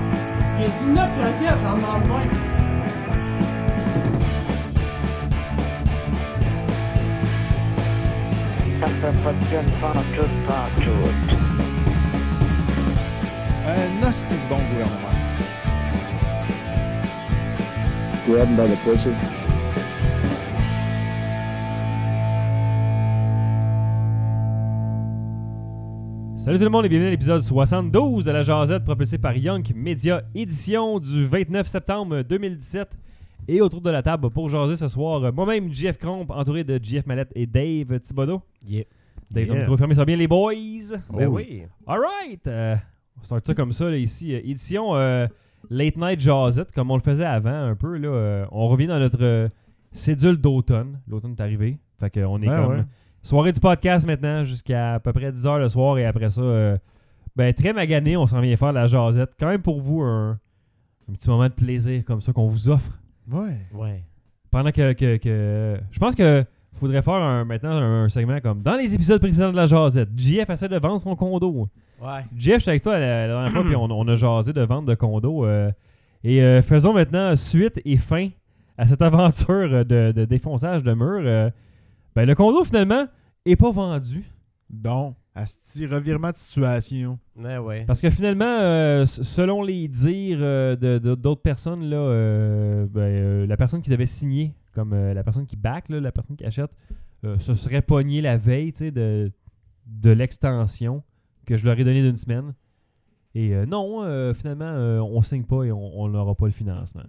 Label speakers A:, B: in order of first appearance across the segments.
A: a 19 croquettes, j'en ai moins.
B: Ça fait pas de gueule pantoute, pantoute.
C: Un hostie de bon gouvernement.
D: Grab him by the pussy.
E: Salut tout le monde et bienvenue à l'épisode 72 de la Jazette propulsée par Young Media, édition du 29 septembre 2017. Et autour de la table pour jaser ce soir, moi-même, JF Cromp, entouré de JF Mallette et Dave Thibodeau.
F: Yeah.
E: Dave, ton
F: Yeah.
E: micro fermé, ça va bien les boys?
F: Ben oui.
E: Alright! on start ça comme ça là, ici. Euh, Édition euh, Late Night Jazzette, comme on le faisait avant un peu. Là, Euh, on revient dans notre euh, cédule d'automne. L'automne est arrivé. Fait qu'on est
F: Ben
E: comme.
F: ouais.
E: Soirée du podcast maintenant jusqu'à à peu près 10h le soir et après ça, euh, ben très magané, on s'en vient faire la Jazzette. Quand même pour vous un, un petit moment de plaisir comme ça qu'on vous offre.
C: Ouais.
F: Ouais.
E: Pendant que. que- que- je pense que faudrait faire un, maintenant un, un segment comme dans les épisodes précédents de la Jazzette. JF essaie de vendre son condo.
F: Ouais.
E: Jeff, j'étais avec toi la, la dernière fois, puis on, on a jasé de vente de condo. euh, et euh, faisons maintenant suite et fin à cette aventure euh, de, de défonçage de mur. euh. ben, le condo, finalement, est pas vendu.
C: Bon, Asti, revirement de situation.
F: Ouais, ouais.
E: Parce que finalement, euh, s- selon les dires euh, de- de- d'autres personnes, là, euh, ben, euh, la personne qui devait signer, comme euh, la personne qui back, là, la personne qui achète, euh, se serait pognée la veille tu sais, de, de l'extension que je leur ai donnée d'une semaine. Et euh, non, euh, finalement, euh, on signe pas et on on n'aura pas le financement.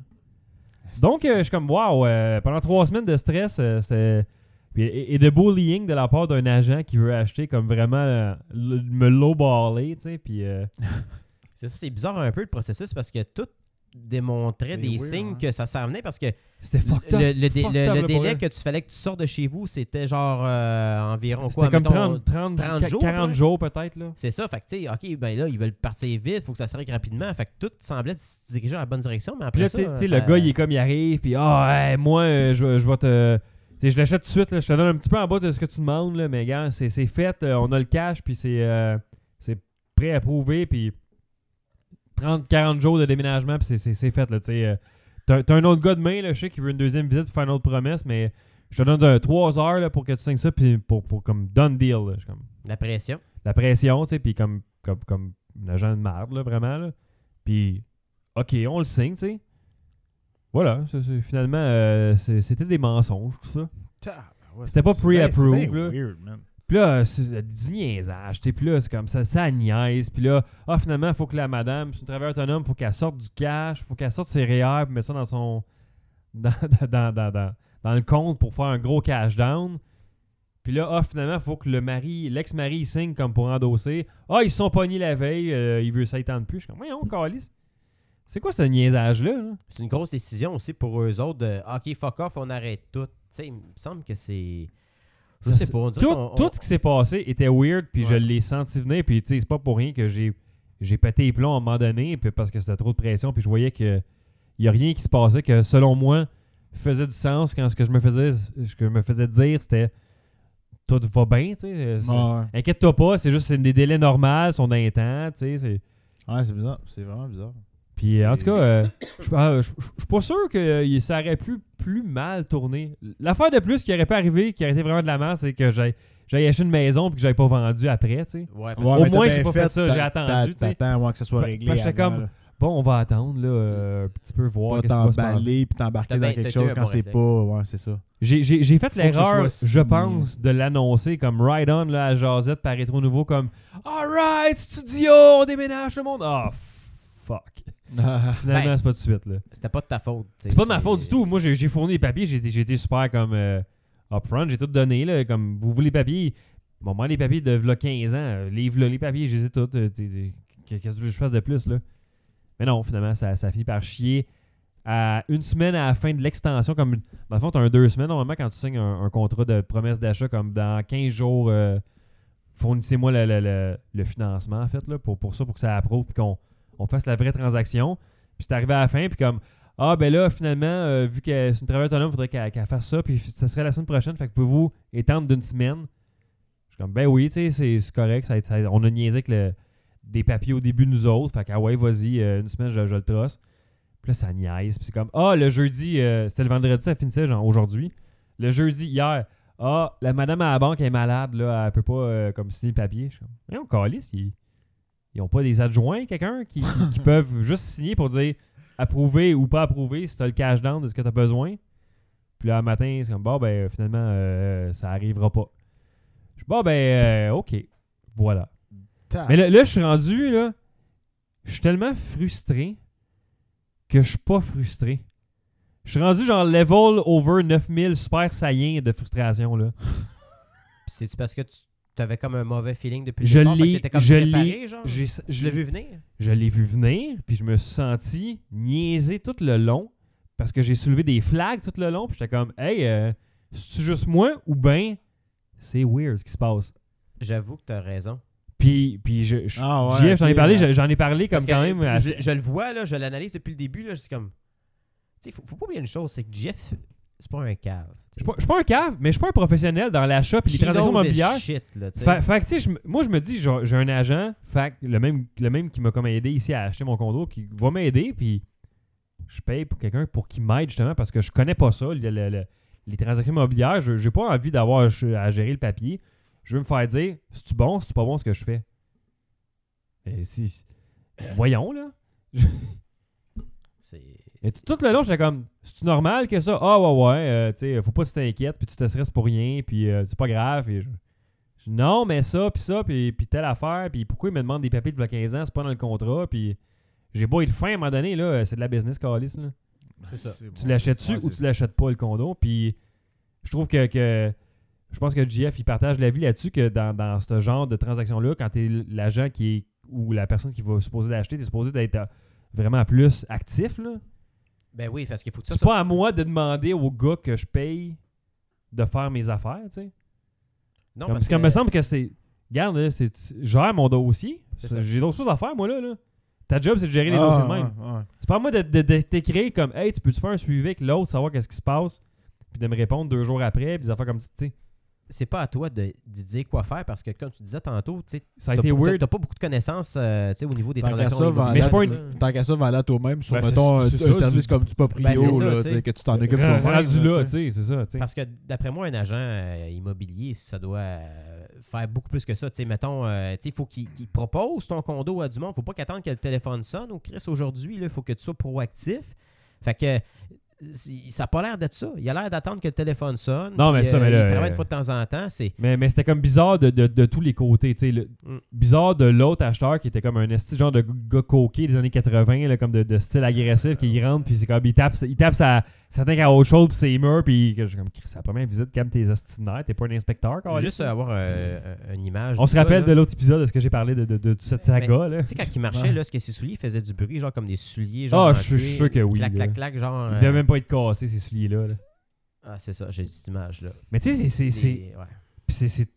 E: Donc, euh, je suis comme, waouh, pendant trois semaines de stress euh, c'est- puis- et, et de bullying de la part d'un agent qui veut acheter comme vraiment euh, le- me lowballer, tu sais, puis... euh,
F: C'est ça, c'est bizarre un peu le processus parce que tout démontrait
C: C'est
F: des
C: weird,
F: signes
C: hein.
F: que ça s'en venait parce que
E: C'était fucked up.
F: le, le dé-
E: Fucked
F: le-
E: up, là,
F: le
E: pour
F: délai
E: elle.
F: que tu fallait que tu sortes de chez vous, c'était genre euh, environ quoi?
E: C'était comme
F: mettons,
E: 30, 30,
F: 30 jours,
E: 40
F: ouais.
E: jours peut-être, là.
F: C'est ça, fait que tu sais, ok, ben là, ils veulent partir vite, faut que ça s'arrête rapidement. Fait que tout semblait se diriger dans la bonne direction, mais
E: Puis
F: après
E: là,
F: ça. euh,
E: tu sais, tu sais,
F: ça-
E: le gars, il est comme, il arrive, puis ah, ouais, moi, euh, je, je vais te. tu sais, je l'achète tout de suite, là, je te donne un petit peu en bas de ce que tu demandes, là, mais gars, c'est c'est fait, euh, on a le cash, puis c'est euh, c'est prêt à prouver, puis 30-40 jours de déménagement, puis c'est- c'est c'est fait, là, tu sais. euh, T'as t'as un autre gars de main, là, je sais, qui veut une deuxième visite pour faire une autre promesse, mais je te donne euh, trois 3 heures là, pour que tu signes ça, puis pour, pour comme done deal. là. Je suis comme,
F: La pression.
E: la pression, tu sais, puis comme, comme, comme un agent de marde, là, vraiment, là. Puis, OK, on le signe, tu sais. Voilà, c'est- c'est- finalement, euh, c'est- c'était des mensonges, tout ça.
C: Tabarouette,
E: C'était pas
C: c'est bien-
E: pre-approved,
C: c'est bien
E: là.
C: weird, man.
E: Puis là, c'est euh, du niaisage, tu sais, puis là, c'est comme ça, ça niaise. Puis là, ah, finalement, faut que la madame, c'est une travailleuse autonome, faut qu'elle sorte du cash, faut qu'elle sorte ses REER, puis mettre ça dans son... Dans, dans, dans, dans- dans le compte pour faire un gros cash down. Puis là, ah, finalement, faut que le mari, l'ex-mari, il signe comme pour endosser. Ah, ils se sont pognés la veille, euh, il veut 7 ans de plus. Je suis comme, voyons, calice. C'est quoi ce niaisage-là? là?
F: C'est une grosse décision aussi pour eux autres de OK, fuck off, on arrête tout. Tu sais, il me semble que c'est. Je
E: Ça,
F: sais
E: c'est-
F: pas, on dirait
E: tout,
F: qu'on- on-
E: tout ce qui s'est passé était weird, puis je
F: Ouais.
E: l'ai senti venir, puis tu sais, c'est pas pour rien que j'ai j'ai pété les plombs à un moment donné, puis parce que c'était trop de pression, puis je voyais que y a rien qui se passait que selon moi faisait du sens quand ce que je me faisais ce que je me faisais dire c'était tout va bien, tu sais. euh, c'est-
C: Ouais,
E: Inquiète-toi pas, c'est juste c'est des délais normaux, sont d'un temps, tu sais. c'est-
C: Ouais, c'est bizarre. C'est vraiment bizarre.
E: Puis euh, en tout cas, euh, je ah, je- je- je suis pas sûr que euh, ça aurait pu plus mal tourner. L'affaire de plus qui aurait pas arrivé, qui aurait été vraiment de la merde, c'est que j'aille j'aille acheter une maison puis que j'aille pas vendu après, tu sais.
F: Ouais, parce
C: Ouais,
E: Au
C: mais t'as
E: moins,
C: bien
E: j'ai pas fait ça,
C: t'a-
E: j'ai attendu,
C: t'a-
E: tu sais.
C: T'attends avant que ça soit
E: Fait-
C: réglé.
E: fait que j'étais
C: avant,
E: comme-
C: là.
E: Bon, on va attendre là, euh, un petit peu voir
C: Pas
E: qu'est-ce qui va se passer.
C: t'emballer puis t'embarquer
F: T'as
C: dans
F: bien-
C: quelque
F: t'as eu
C: chose
F: un
C: quand
F: bon
C: c'est
F: réflexe.
C: pas. Ouais, c'est ça.
E: J'ai- J'ai j'ai fait
C: Faut que ce
E: l'erreur,
C: soit
E: je
C: signé.
E: pense, de l'annoncer comme Ride On là, à Jazette par Rétro Nouveau comme Alright, studio, on déménage le monde. Ah, fuck. Finalement,
F: Ben,
E: c'est pas tout de suite là.
F: c'était pas de ta faute. tu sais,
E: C'est pas de ma faute du tout. Moi, j'ai j'ai fourni les papiers. J'ai été- j'ai été super comme euh, upfront. J'ai tout donné. Là, comme vous voulez les papiers. Bon, moi, les papiers de v'là 15 ans. euh, Les, v'là les papiers, je les ai tous. euh, t'sais, t'sais, Qu'est-ce que tu veux que je fasse de plus, là? Mais non, finalement, ça, ça finit par chier. À une semaine à la fin de l'extension, comme dans le fond, t'as un deux semaines. Normalement, quand tu signes un, un contrat de promesse d'achat, comme dans 15 jours, euh, fournissez-moi le, le- le- le financement, en fait, là, pour, pour ça, pour que ça approuve, puis qu'on on fasse la vraie transaction. Puis c'est arrivé à la fin, puis comme, ah, ben là, finalement, euh, vu que c'est une travailleuse autonome, il faudrait qu'elle qu'elle fasse ça, puis ça serait la semaine prochaine, fait que pouvez-vous étendre d'une semaine? Je suis comme, ben oui, tu sais, c'est c'est correct, ça, a été- ça a- on a niaisé avec le, des papiers au début de nous autres. Fait que, ah ouais, vas-y, euh, une semaine, je, je le trosse. Puis là, ça niaise. Puis c'est comme, ah, le jeudi, euh, c'était le vendredi, ça finissait, genre, aujourd'hui. Le jeudi, hier, ah, la madame à la banque est malade, là, elle peut pas, euh, comme, signer le papier. Je suis comme, voyons, calisse, ils, ils ont pas des adjoints, quelqu'un, qui, qui- qui peuvent juste signer pour dire approuver ou pas approuver si t'as le cash down de ce que t'as besoin. Puis là, le matin, c'est comme, bon, ben, finalement, euh, ça arrivera pas. Je suis, bon, ben, euh, OK. Voilà.
C: Ta-
F: Ah.
E: Mais là, là, je suis rendu, là. Je suis tellement frustré que je suis pas frustré. Je suis rendu genre level over 9000 super saiyan de frustration, là.
F: Ah. Puis C'est-tu parce que tu avais comme un mauvais feeling depuis
E: Je
F: le départ? fait que
E: l'ai-
F: t'étais comme
E: je
F: préparé,
E: l'ai-
F: genre?
E: J'ai- je
F: Je l'ai vu venir.
E: je l'ai vu venir, puis je me suis senti niaisé tout le long parce que j'ai soulevé des flags tout le long, puis j'étais comme, hey, euh, c'est-tu juste moi ou ben c'est weird ce qui se passe?
F: J'avoue que t'as raison.
E: Puis, puis je, je-
C: Ah ouais,
E: JF, j'en ai
C: ok,
E: parlé,
C: ouais.
E: je- j'en ai parlé comme
F: Parce que
E: quand même.
F: Je,
E: assez-
F: je le vois, là, je l'analyse depuis le début. Là, je suis comme. Tu sais, faut, faut pas oublier une chose, c'est que Jeff, c'est pas un cave.
E: Je suis pas- je suis pas un cave, mais je suis pas un professionnel dans l'achat puis les transactions
F: mobilières
E: immobilières.
F: shit, là, tu sais.
E: Fait, fait que, tu sais, je me- moi, je me dis, genre, j'ai un agent, fait, que le, même, le même qui m'a comme aidé ici à acheter mon condo, qui va m'aider, puis je paye pour quelqu'un pour qu'il m'aide, justement, parce que je connais pas ça, le- le- le- les transactions immobilières. Je n'ai pas envie d'avoir à ch- à gérer le papier. Je veux me faire dire, c'est-tu bon, c'est-tu pas bon ce que je fais? Et si... Voyons, là.
F: C'est-
E: Et tout, tout le long, j'étais comme, c'est normal que ça? Ah ouais, ouais, euh, tu sais, faut pas que tu t'inquiètes, puis tu te stresses pour rien, puis euh, c'est pas grave. Et je- je- non, mais ça, puis ça, puis, puis telle affaire, puis pourquoi ils me demandent des papiers de 15 ans, c'est pas dans le contrat, puis j'ai beau être fin à un moment donné, là, euh, c'est de la business, Calis, là.
F: c'est ça.
C: bon.
E: Tu l'achètes-tu
C: Ouais,
E: ou
C: c'est-
E: tu l'achètes pas, le condo? Puis je trouve que, que- je pense que JF, il partage l'avis là-dessus que dans, dans ce genre de transaction-là, quand t'es l'agent qui est ou la personne qui va supposer l'acheter, t'es supposé d'être euh, vraiment plus actif, là.
F: Ben oui, parce qu'il faut que ça.
E: C'est pas à moi de demander au gars que je paye de faire mes affaires, tu sais.
F: Non,
E: Comme- parce qu'il me semble que c'est. Regarde, là, c'est, c'est- je gère mon dossier.
F: C'est
E: C'est-
F: ça.
E: J'ai d'autres choses à faire, moi, là. là. Ta job, c'est de gérer les
C: Ah,
E: dossiers de même.
C: ouais, ouais.
E: C'est pas à moi de, de- de t'écrire comme Hey, tu peux-tu faire un suivi avec l'autre, savoir qu'est-ce qui se passe, puis de me répondre deux jours après, puis des affaires comme ça, tu sais.
F: c'est pas à toi de, d'y dire quoi faire parce que, comme tu disais tantôt, tu sais,
E: Ça a
F: t'as
E: été
F: pas-
E: weird.
F: t'as pas beaucoup de connaissances euh, tu sais, au niveau des
C: Tant qu'à
F: transactions.
C: ça,
F: immobilières,
E: Mais je suis pas
F: tout
E: une-
F: ça.
C: Tant qu'à ça, vends-la toi-même sur,
E: Ben, c'est-
C: mettons, un,
E: c'est
C: un
E: ça,
C: service
E: tu-
C: comme du Paprio,
F: Ben, c'est ça,
C: là,
F: tu
C: tu
F: sais.
C: sais, que tu t'en occupes
E: Rendu
C: toi-même.
E: là,
C: tu
E: tu
C: sais.
E: sais, c'est ça, tu sais.
F: Parce que d'après moi, un agent euh, immobilier, ça doit euh, faire beaucoup plus que ça. Tu sais, mettons, euh, tu sais, il faut qu'il qu'il propose ton condo à du monde. faut pas qu'attendre que le téléphone sonne ou Chris aujourd'hui. Il faut que tu sois proactif. Fait que euh, si- ça n'a pas l'air d'être ça. Il a l'air d'attendre que le téléphone sonne.
E: Non, mais
F: puis,
E: ça, mais là,
F: Il travaille
E: euh,
F: une fois de temps en temps. C'est
E: Mais, mais c'était comme bizarre de, de- de tous les côtés. tu sais, le-
F: Mm.
E: Bizarre de l'autre acheteur qui était comme un esti genre de gars coqué des années 80, là, comme de, de style agressif, qui rentre, puis c'est comme il tape, il tape sa, sa tête à autre chose, puis c'est murs, puis que je suis comme, Chris, c'est la première visite, calme tes estinaires, t'es pas un inspecteur, quand
F: juste avoir euh, une image.
E: On
F: du
E: se
F: gars,
E: rappelle
F: là. Ben,
E: de l'autre épisode de ce que j'ai parlé de, de, de, de cette saga, là.
F: Tu sais, quand il marchait, là, ce que ses souliers faisaient du bruit, genre comme des souliers. Genre,
E: Ah,
F: en
E: je suis
F: cuir,
E: sûr que oui,
F: Clac,
E: là.
F: clac, clac, genre.
E: Il devait
F: euh,
E: même pas être cassé, ces souliers-là. là.
F: Ah, c'est ça, j'ai cette image-là.
E: Mais tu sais, c'est- c'est-
F: Des-
E: c'est.
F: ouais.
E: puis c'est- c'est-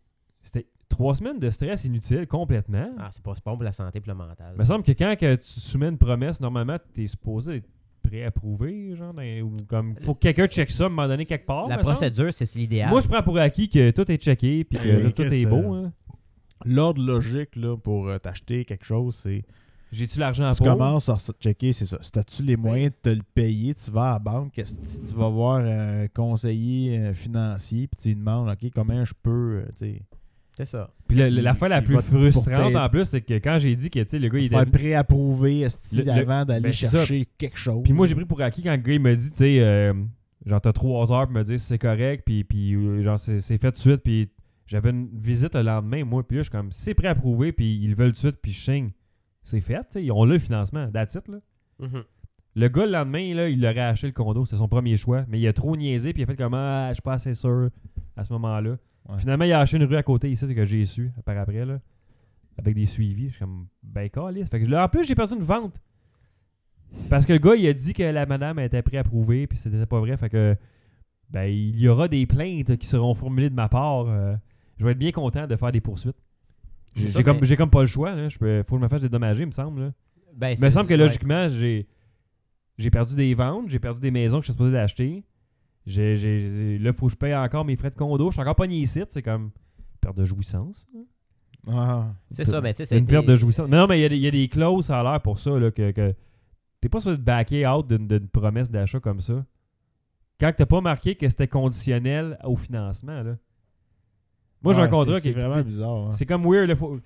E: C'était trois semaines de stress inutile, complètement.
F: Ah, c'est pas, c'est pas bon pour la santé et le mental.
E: Il me semble que quand que tu soumets une promesse, normalement, tu es supposé être préapprouvé, genre, dans- ou comme, faut que quelqu'un check ça à un moment donné quelque part.
F: la
E: me semble.
F: procédure, c'est c'est l'idéal.
E: Moi, je prends pour acquis que tout est checké, puis que
C: Et
E: là, tout
C: Chris,
E: est beau.
C: euh,
E: hein.
C: L'ordre logique là, pour euh, t'acheter quelque chose, c'est
E: J'ai-tu l'argent à
C: tu
E: pauvre?
C: commences à se checker, c'est ça. Si t'as-tu les moyens de te le payer, tu vas à la banque, qu'est-ce que tu vas voir un conseiller euh, financier, puis tu lui demandes, OK, comment je peux, euh, tu sais,
F: C'est ça.
E: Puis le- le- l'affaire la
C: Il
E: plus
C: va te- pour
E: frustrante,
C: t'aider.
E: en plus, c'est que quand j'ai dit que, tu sais, le gars, il
C: faire
E: était...
C: préapprouver esti,
E: Le- le-
C: avant d'aller
E: ben, c'est ça.
C: chercher quelque chose.
E: Puis moi, j'ai pris pour acquis quand le gars, il me dit, tu sais, euh, genre, t'as trois heures pour me dire si c'est correct, puis, puis euh, genre, c'est c'est fait tout de suite, puis j'avais une visite le lendemain, moi, puis là, je suis comme, c'est préapprouvé, puis ils le veulent tout de suite, puis je signe. C'est fait, tu sais, ils ont le financement, that's it, là.
F: Mhm.
E: Le gars, le lendemain, là, il aurait acheté le condo. C'était son premier choix. Mais il a trop niaisé. Puis il a fait comme Ah, je suis pas assez sûr à ce moment-là.
C: Ouais.
E: Finalement, il a acheté une rue à côté ici, c'est que j'ai su par après. Là, avec des suivis. Je suis comme Ben, calisse. Fait que là, en plus, j'ai perdu une vente. Parce que le gars, il a dit que la madame était préapprouvée. Puis c'était pas vrai. Fait que Ben, il y aura des plaintes qui seront formulées de ma part. euh, je vais être bien content de faire des poursuites.
F: C'est
E: J'ai
F: ça,
E: j'ai comme,
F: mais-
E: j'ai comme pas le choix. Là. Je peux- faut que je me fasse dédommager, il me semble. Là.
F: Ben,
E: Il me
F: c'est-
E: semble que
F: ouais.
E: logiquement, j'ai j'ai perdu des ventes, j'ai perdu des maisons que je suis supposé d'acheter. J'ai, j'ai, j'ai- là, faut que je paye encore mes frais de condo. Je suis encore pogné ici. C'est comme perte de jouissance.
C: Ah,
F: C'est ça, mais tu sais, ça a
E: une
F: été-
E: perte de jouissance. Mais non, mais il y a des- il y, a des clauses, ça a l'air pour ça, là, que, que t'es pas supposé de backer out d'une d'une promesse d'achat comme ça. Quand t'as pas marqué que c'était conditionnel au financement, là. Moi, j'ai
C: Ouais,
E: un contrat
C: c'est-
E: qui
C: C'est
E: est
C: vraiment bizarre. hein.
E: C'est comme weird. Là, faut-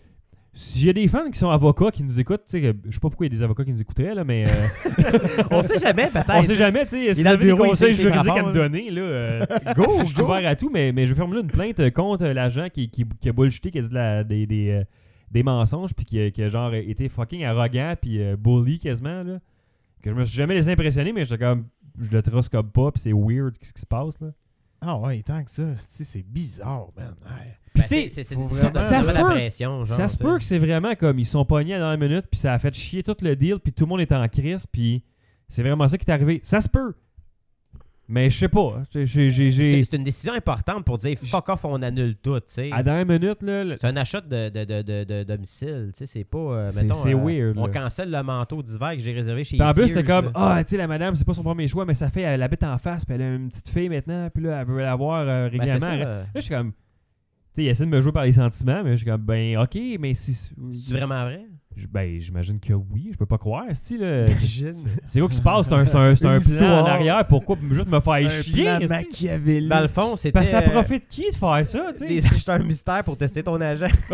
E: Si y a des fans qui sont avocats qui nous écoutent, tu sais, que- je sais pas pourquoi il y a des avocats qui nous écouteraient, là, mais euh,
F: On sait jamais, peut-être. Ben,
E: on sait jamais, tu sais, si vous
F: est dans le
E: avez des
F: bureau, il sait
E: conseils
F: que c'est par
E: juridiques à
F: rapport,
E: me
F: là.
E: donner, là, euh,
F: Go,
E: je suis
F: go.
E: ouvert à tout, mais, mais je vais formuler une plainte euh, contre l'agent qui, qui, qui a bullshité, qui a dit de la- des, des, euh, des mensonges, puis qui, a- qui a genre été fucking arrogant, puis euh, bully quasiment, là. Que je me suis jamais laissé impressionner, mais j'étais comme, je le troscope pas, puis c'est weird, qu'est-ce qui se passe, là.
C: Ah ouais, tant que ça, c'est c'est bizarre, man. Ouais.
E: Puis
F: Ben,
E: tu sais,
F: c'est- c'est-
C: faut
F: c'est- ça
C: vraiment-
F: donne
E: ça se
F: la
E: peut.
F: pression, genre,
E: ça se
F: tu sais.
E: peut que c'est vraiment comme ils sont pognés à la dernière minute, puis ça a fait chier tout le deal, puis tout le monde est en crise, puis c'est vraiment ça qui est arrivé. Ça se peut. Mais je sais pas. J'ai- j'ai- j'ai- j'ai-
F: C'est c'est une décision importante pour dire fuck off, on annule tout, tu sais.
E: À la dernière minute, là, le-
F: C'est un achat de, de, de, de, de domicile, tu sais, c'est pas, euh,
E: C'est-
F: mettons,
E: c'est weird,
F: on
E: là.
F: cancelle le manteau d'hiver que j'ai réservé chez
E: puis en plus,
F: Sears,
E: c'est comme
F: là.
E: Ah, tu sais, la madame, c'est pas son premier choix, mais ça fait, elle habite en face, puis elle a une petite fille maintenant, puis là, elle veut l'avoir euh,
F: Ben, c'est
E: régulièrement.
F: ça.
E: là, je suis comme. Tu sais, il essaie de me jouer par les sentiments, mais je suis comme, ben, ok, mais si.
F: C'est vraiment vrai?
E: Je- Ben, j'imagine que oui, je peux pas croire. Si, là.
C: Imagine.
E: C'est quoi qui se passe? C'est un, c'est un, c'est un
C: Une
E: plan en
C: histoire.
E: arrière. Pourquoi juste me faire
C: Un
E: chier?
C: plan
E: est-ce que-
C: machiavélique.
F: Dans le fond, c'était
E: Parce que ça
F: euh,
E: profite qui de faire ça, tu sais?
F: des acheteurs mystères pour tester ton agent.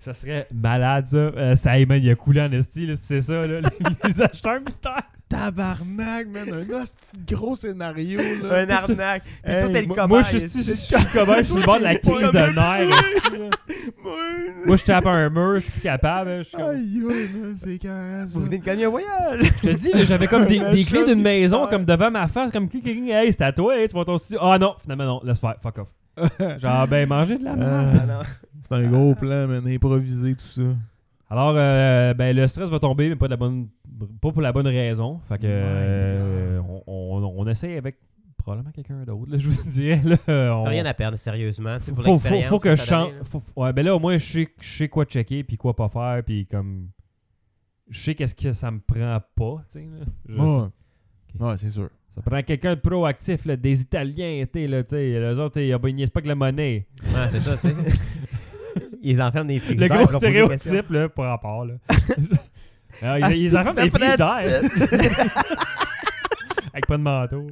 E: Ça serait malade, ça. Euh, ça, hey, man, il a coulé en esti, là, si c'est ça, là. les- les acheteurs mystères.
C: Tabarnak, man. Un hostie de gros scénario, là.
F: un arnaque. Puis
C: Hey,
F: toi, t'es le
E: Moi, moi, je
F: cobaye,
E: suis je
F: c'est-
E: suis le cobaye, je suis le bord de la crise de nerfs, esti, là. Moi, je tape un mur, je suis plus capable. hein, je suis comme-
C: Aïe, aïe, man, c'est carré, ça.
F: Vous venez de gagner un voyage!
E: Je te dis, là, j'avais comme des,
C: Un
E: des clés d'une
C: achat
E: maison
C: mystère.
E: comme devant ma face, comme clic, clic, clic, hey, c'est à toi, hey, tu vas ton studio. Ah non, finalement, non, laisse faire, fuck off. Genre, ben, manger de la
F: Euh.
E: merde.
C: Ah, c'est un gros plan, man. Improvisé, tout ça.
E: Alors, euh, ben, le stress va tomber, mais pas, de la bonne, pas pour la bonne raison. Fait que,
C: Ouais,
E: euh, on, on, on essaye avec probablement quelqu'un d'autre, là, je vous dirais. Là, on-
F: T'as rien à perdre, sérieusement. tu sais, pour
E: faut, faut,
F: l'expérience
E: faut que je
F: ça donne,
E: change. faut- faut- Ouais, ben là, au moins, je sais, je sais quoi checker, puis quoi pas faire, puis comme. Je sais qu'est-ce que ça me prend pas, tu sais. là. Je-
C: Ouais. Ouais, c'est sûr.
E: Ça prend quelqu'un de proactif, là, des Italiens, tu sais, là, tu sais. Les autres, ils ils niaisent pas que la monnaie.
F: là. Ouais, c'est ça, tu sais. Ils enferment des
E: Le
F: frigidaires. ils
E: gros
F: leur posent des questions.
E: stéréotype, là, par rapport, là. Alors,
C: Ah,
E: ils, ils enferment des
F: Après,
E: frigidaires. Avec pas de manteau.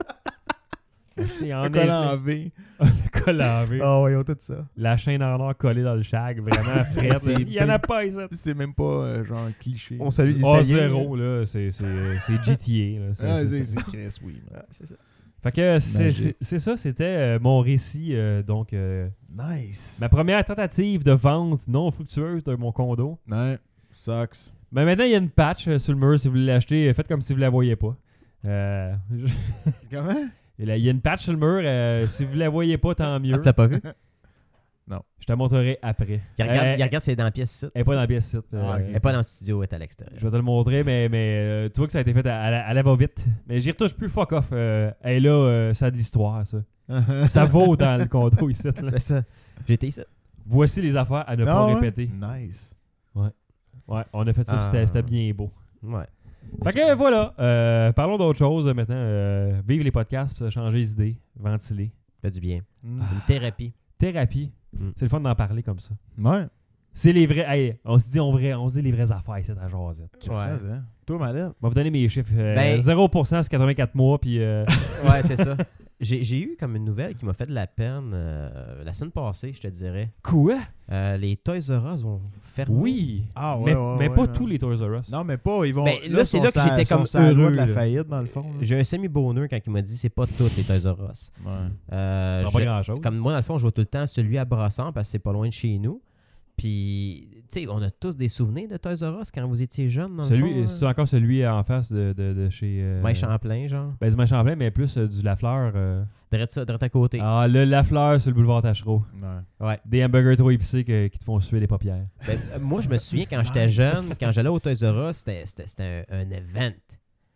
E: Ah, C'est en
C: Le
E: neige-
C: col en V.
E: Le col en V.
C: Ah ouais, ils ont tout ça.
E: La chaîne en or collée dans le chag, vraiment frette.
C: C'est
E: Il y en a pas ici.
C: C'est même pas euh, genre cliché.
D: On salue les
E: Oh,
D: Italiens.
E: zéro, là. C'est c'est- c'est GTA. Là. C'est-
C: Ah,
E: c'est
C: c'est
E: ça.
C: c'est Chris, oui, man.
E: Fait que euh, c'est- c'est
C: Magique.
E: c'est ça, c'était euh, mon récit. euh, donc, euh,
C: Nice.
E: ma première tentative de vente non fructueuse de mon condo.
C: Ouais. Sucks.
E: Mais maintenant, il y a une patch euh, sur le mur. Si vous voulez l'acheter, euh, faites comme si vous la voyez pas. Euh,
C: Comment?
E: il y a une patch sur le mur. euh, si vous la voyez pas, tant
F: Ah,
E: mieux.
F: tu l'as pas vu?
E: Je te montrerai après.
F: Il regarde,
E: Euh,
F: il regarde si elle est dans la pièce ici.
E: Elle est pas dans la pièce site.
F: Ah, ok. Elle est pas dans le studio, elle est à l'extérieur.
E: Je vais te le montrer, mais, mais euh, tu vois que ça a été fait à, à la- à la va-vite. Mais j'y retouche plus, fuck off. Euh, hey, là, euh, ça a de l'histoire, ça. Ça vaut dans le condo ici. là.
F: C'est ça. J'étais ici.
E: Voici les affaires à ne pas
C: Non, hein?
E: répéter.
C: Nice.
E: Ouais, on a fait ça, puis
F: Ah.
E: c'était- c'était bien beau.
F: Ouais.
E: Fait que voilà, euh, parlons d'autre chose euh, maintenant. Euh, vive les podcasts, puis ça, changer les idées, ventiler.
F: Fait du bien.
C: Mm.
F: Une thérapie.
E: Thérapie,
F: Mm.
E: c'est le fun d'en parler comme ça.
C: Ouais.
E: C'est les vrais. Hey, on se dit, on, vrai, on se dit les vraies affaires ici à Jazette.
C: Chris, hein? Toi, ma lettre.
E: Je vais vous donner mes chiffres. Euh,
F: Ben-
E: 0% sur 84 mois, puis. euh,
F: Ouais, c'est ça. J'ai j'ai eu comme une nouvelle qui m'a fait de la peine euh, la semaine passée, je te dirais.
E: quoi?
F: Euh, les Toys R Us vont fermer.
E: Oui!
C: Ah
E: mais
C: ouais,
E: mais
C: ouais,
E: pas
C: ouais.
E: tous les Toys R Us.
C: Non, mais pas. Ils vont.
F: Mais là, c'est
C: sont
F: là que
C: sur la-
F: j'étais
C: sont
F: comme
C: sur la loi de
F: heureux,
C: la
F: là.
C: faillite, dans le fond. là.
F: J'ai un semi-bonheur quand il m'a dit c'est pas toutes les Toys R Us.
C: Ouais.
F: Euh,
E: Ils ont
F: je-
E: pas grand-chose.
F: Comme moi, dans le fond, je vois tout le temps celui à Brassard parce que c'est pas loin de chez nous. Puis, tu sais, on a tous des souvenirs de Toys R Us quand vous étiez jeune, dans
E: Celui,
F: le fond. euh,
E: c'est encore celui en face de, de, de chez. euh,
F: Mike Champlain, genre.
E: Ben, du Mike Champlain, mais plus euh, du Lafleur. euh.
F: Direct ça, direct à côté.
E: Ah, le Lafleur sur le boulevard Tachereau.
C: Ouais.
F: Ouais.
E: Des hamburgers trop épicés que- qui te font suer les paupières.
F: Ben, euh, moi, je me souviens quand j'étais jeune, quand j'allais au Toys R Us, c'était- c'était c'était un, un event.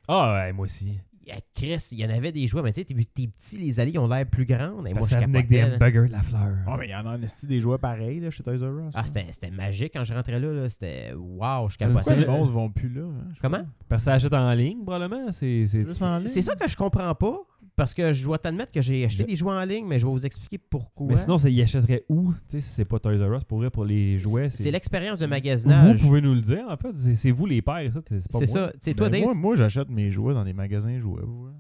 E: Ah, ouais, moi aussi.
F: À Chris, il y en avait des jouets, mais tu sais, t'es vu que t'es petit, les allées ils ont l'air plus grandes. Et moi,
E: Parce
F: je
E: que ça venait avec des
F: capotais, là.
E: hamburgers Lafleur.
C: Ah, mais il y en a en esti des jouets pareils, là, chez Toys R Us.
F: Ah, c'était c'était magique quand je rentrais là. là. C'était wow, je
E: C'est
C: Pourquoi
E: le-
C: les
F: capotais.
C: bons vont plus là? hein? Je
F: Comment
E: Parce que ça achète en ligne, probablement. C'est, c'est-
C: Juste en ligne?
F: C'est ça que je comprends pas. Parce que je dois t'admettre que j'ai acheté
E: Je-
F: des jouets en ligne, mais je vais vous expliquer pourquoi.
E: Mais sinon, ça y achèterait où tu sais, si c'est pas Toys R Us pour vrai, pour les jouets
F: c'est l'expérience de
E: Vous
F: magasinage.
E: pouvez nous le dire, en fait. C'est- C'est vous les pères, ça. C'est pas
F: C'est
E: moi.
F: ça. Tu sais, toi,
C: Ben,
F: Dave,
C: Moi, moi, j'achète mes jouets dans des magasins de jouets. vous, hein.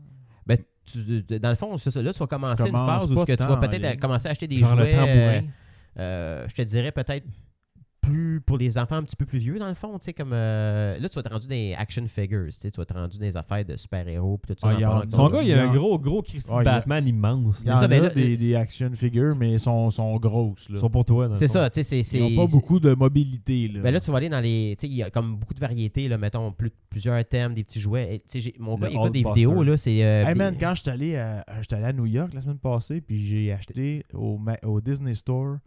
F: ben, tu- dans le fond, c'est ça. Là, tu vas commencer une
C: commence
F: phase où ce
C: pas
F: que tu
C: tant
F: vas
C: en
F: peut-être
C: ligne.
F: commencer à acheter des
E: Genre le
F: jouets. euh,
E: tambourin.
F: euh, je te dirais peut-être plus pour les enfants un petit peu plus vieux, dans le fond. Tu sais, comme. euh, là, tu vas te rendu des action figures. Tu sais, tu vas te rendu des affaires de super-héros. Puis tout
C: Ah,
F: ça. on en
C: il y a-
F: parle encore.
E: Son gars, il a
C: Il y
E: un
C: a-
E: gros, gros Christy
C: Ah, il y a-
E: Batman immense.
C: Il y
F: C'est
C: en
F: ça,
C: a
F: ben là,
C: des, des action figures, mais sont, sont grosses.
E: Ils
C: Là.
E: sont pour toi. dans le
F: C'est
E: fond.
F: ça, tu sais, c'est.
C: Ils
F: c'est-
C: n'ont pas beaucoup de mobilité. Là.
F: Ben là, tu vas aller dans les. Tu sais, il y a comme beaucoup de variétés, là, mettons, plus, plusieurs thèmes, des petits jouets. Et, tu sais, j'ai- mon
E: Le
F: gars, il écoute des
E: Hulkbuster.
F: vidéos, là, c'est. euh,
C: Hey
F: des-
C: man, quand j'étais allé à, euh, j'étais allé à New York la semaine passée, puis j'ai acheté au, ma- au Disney Store.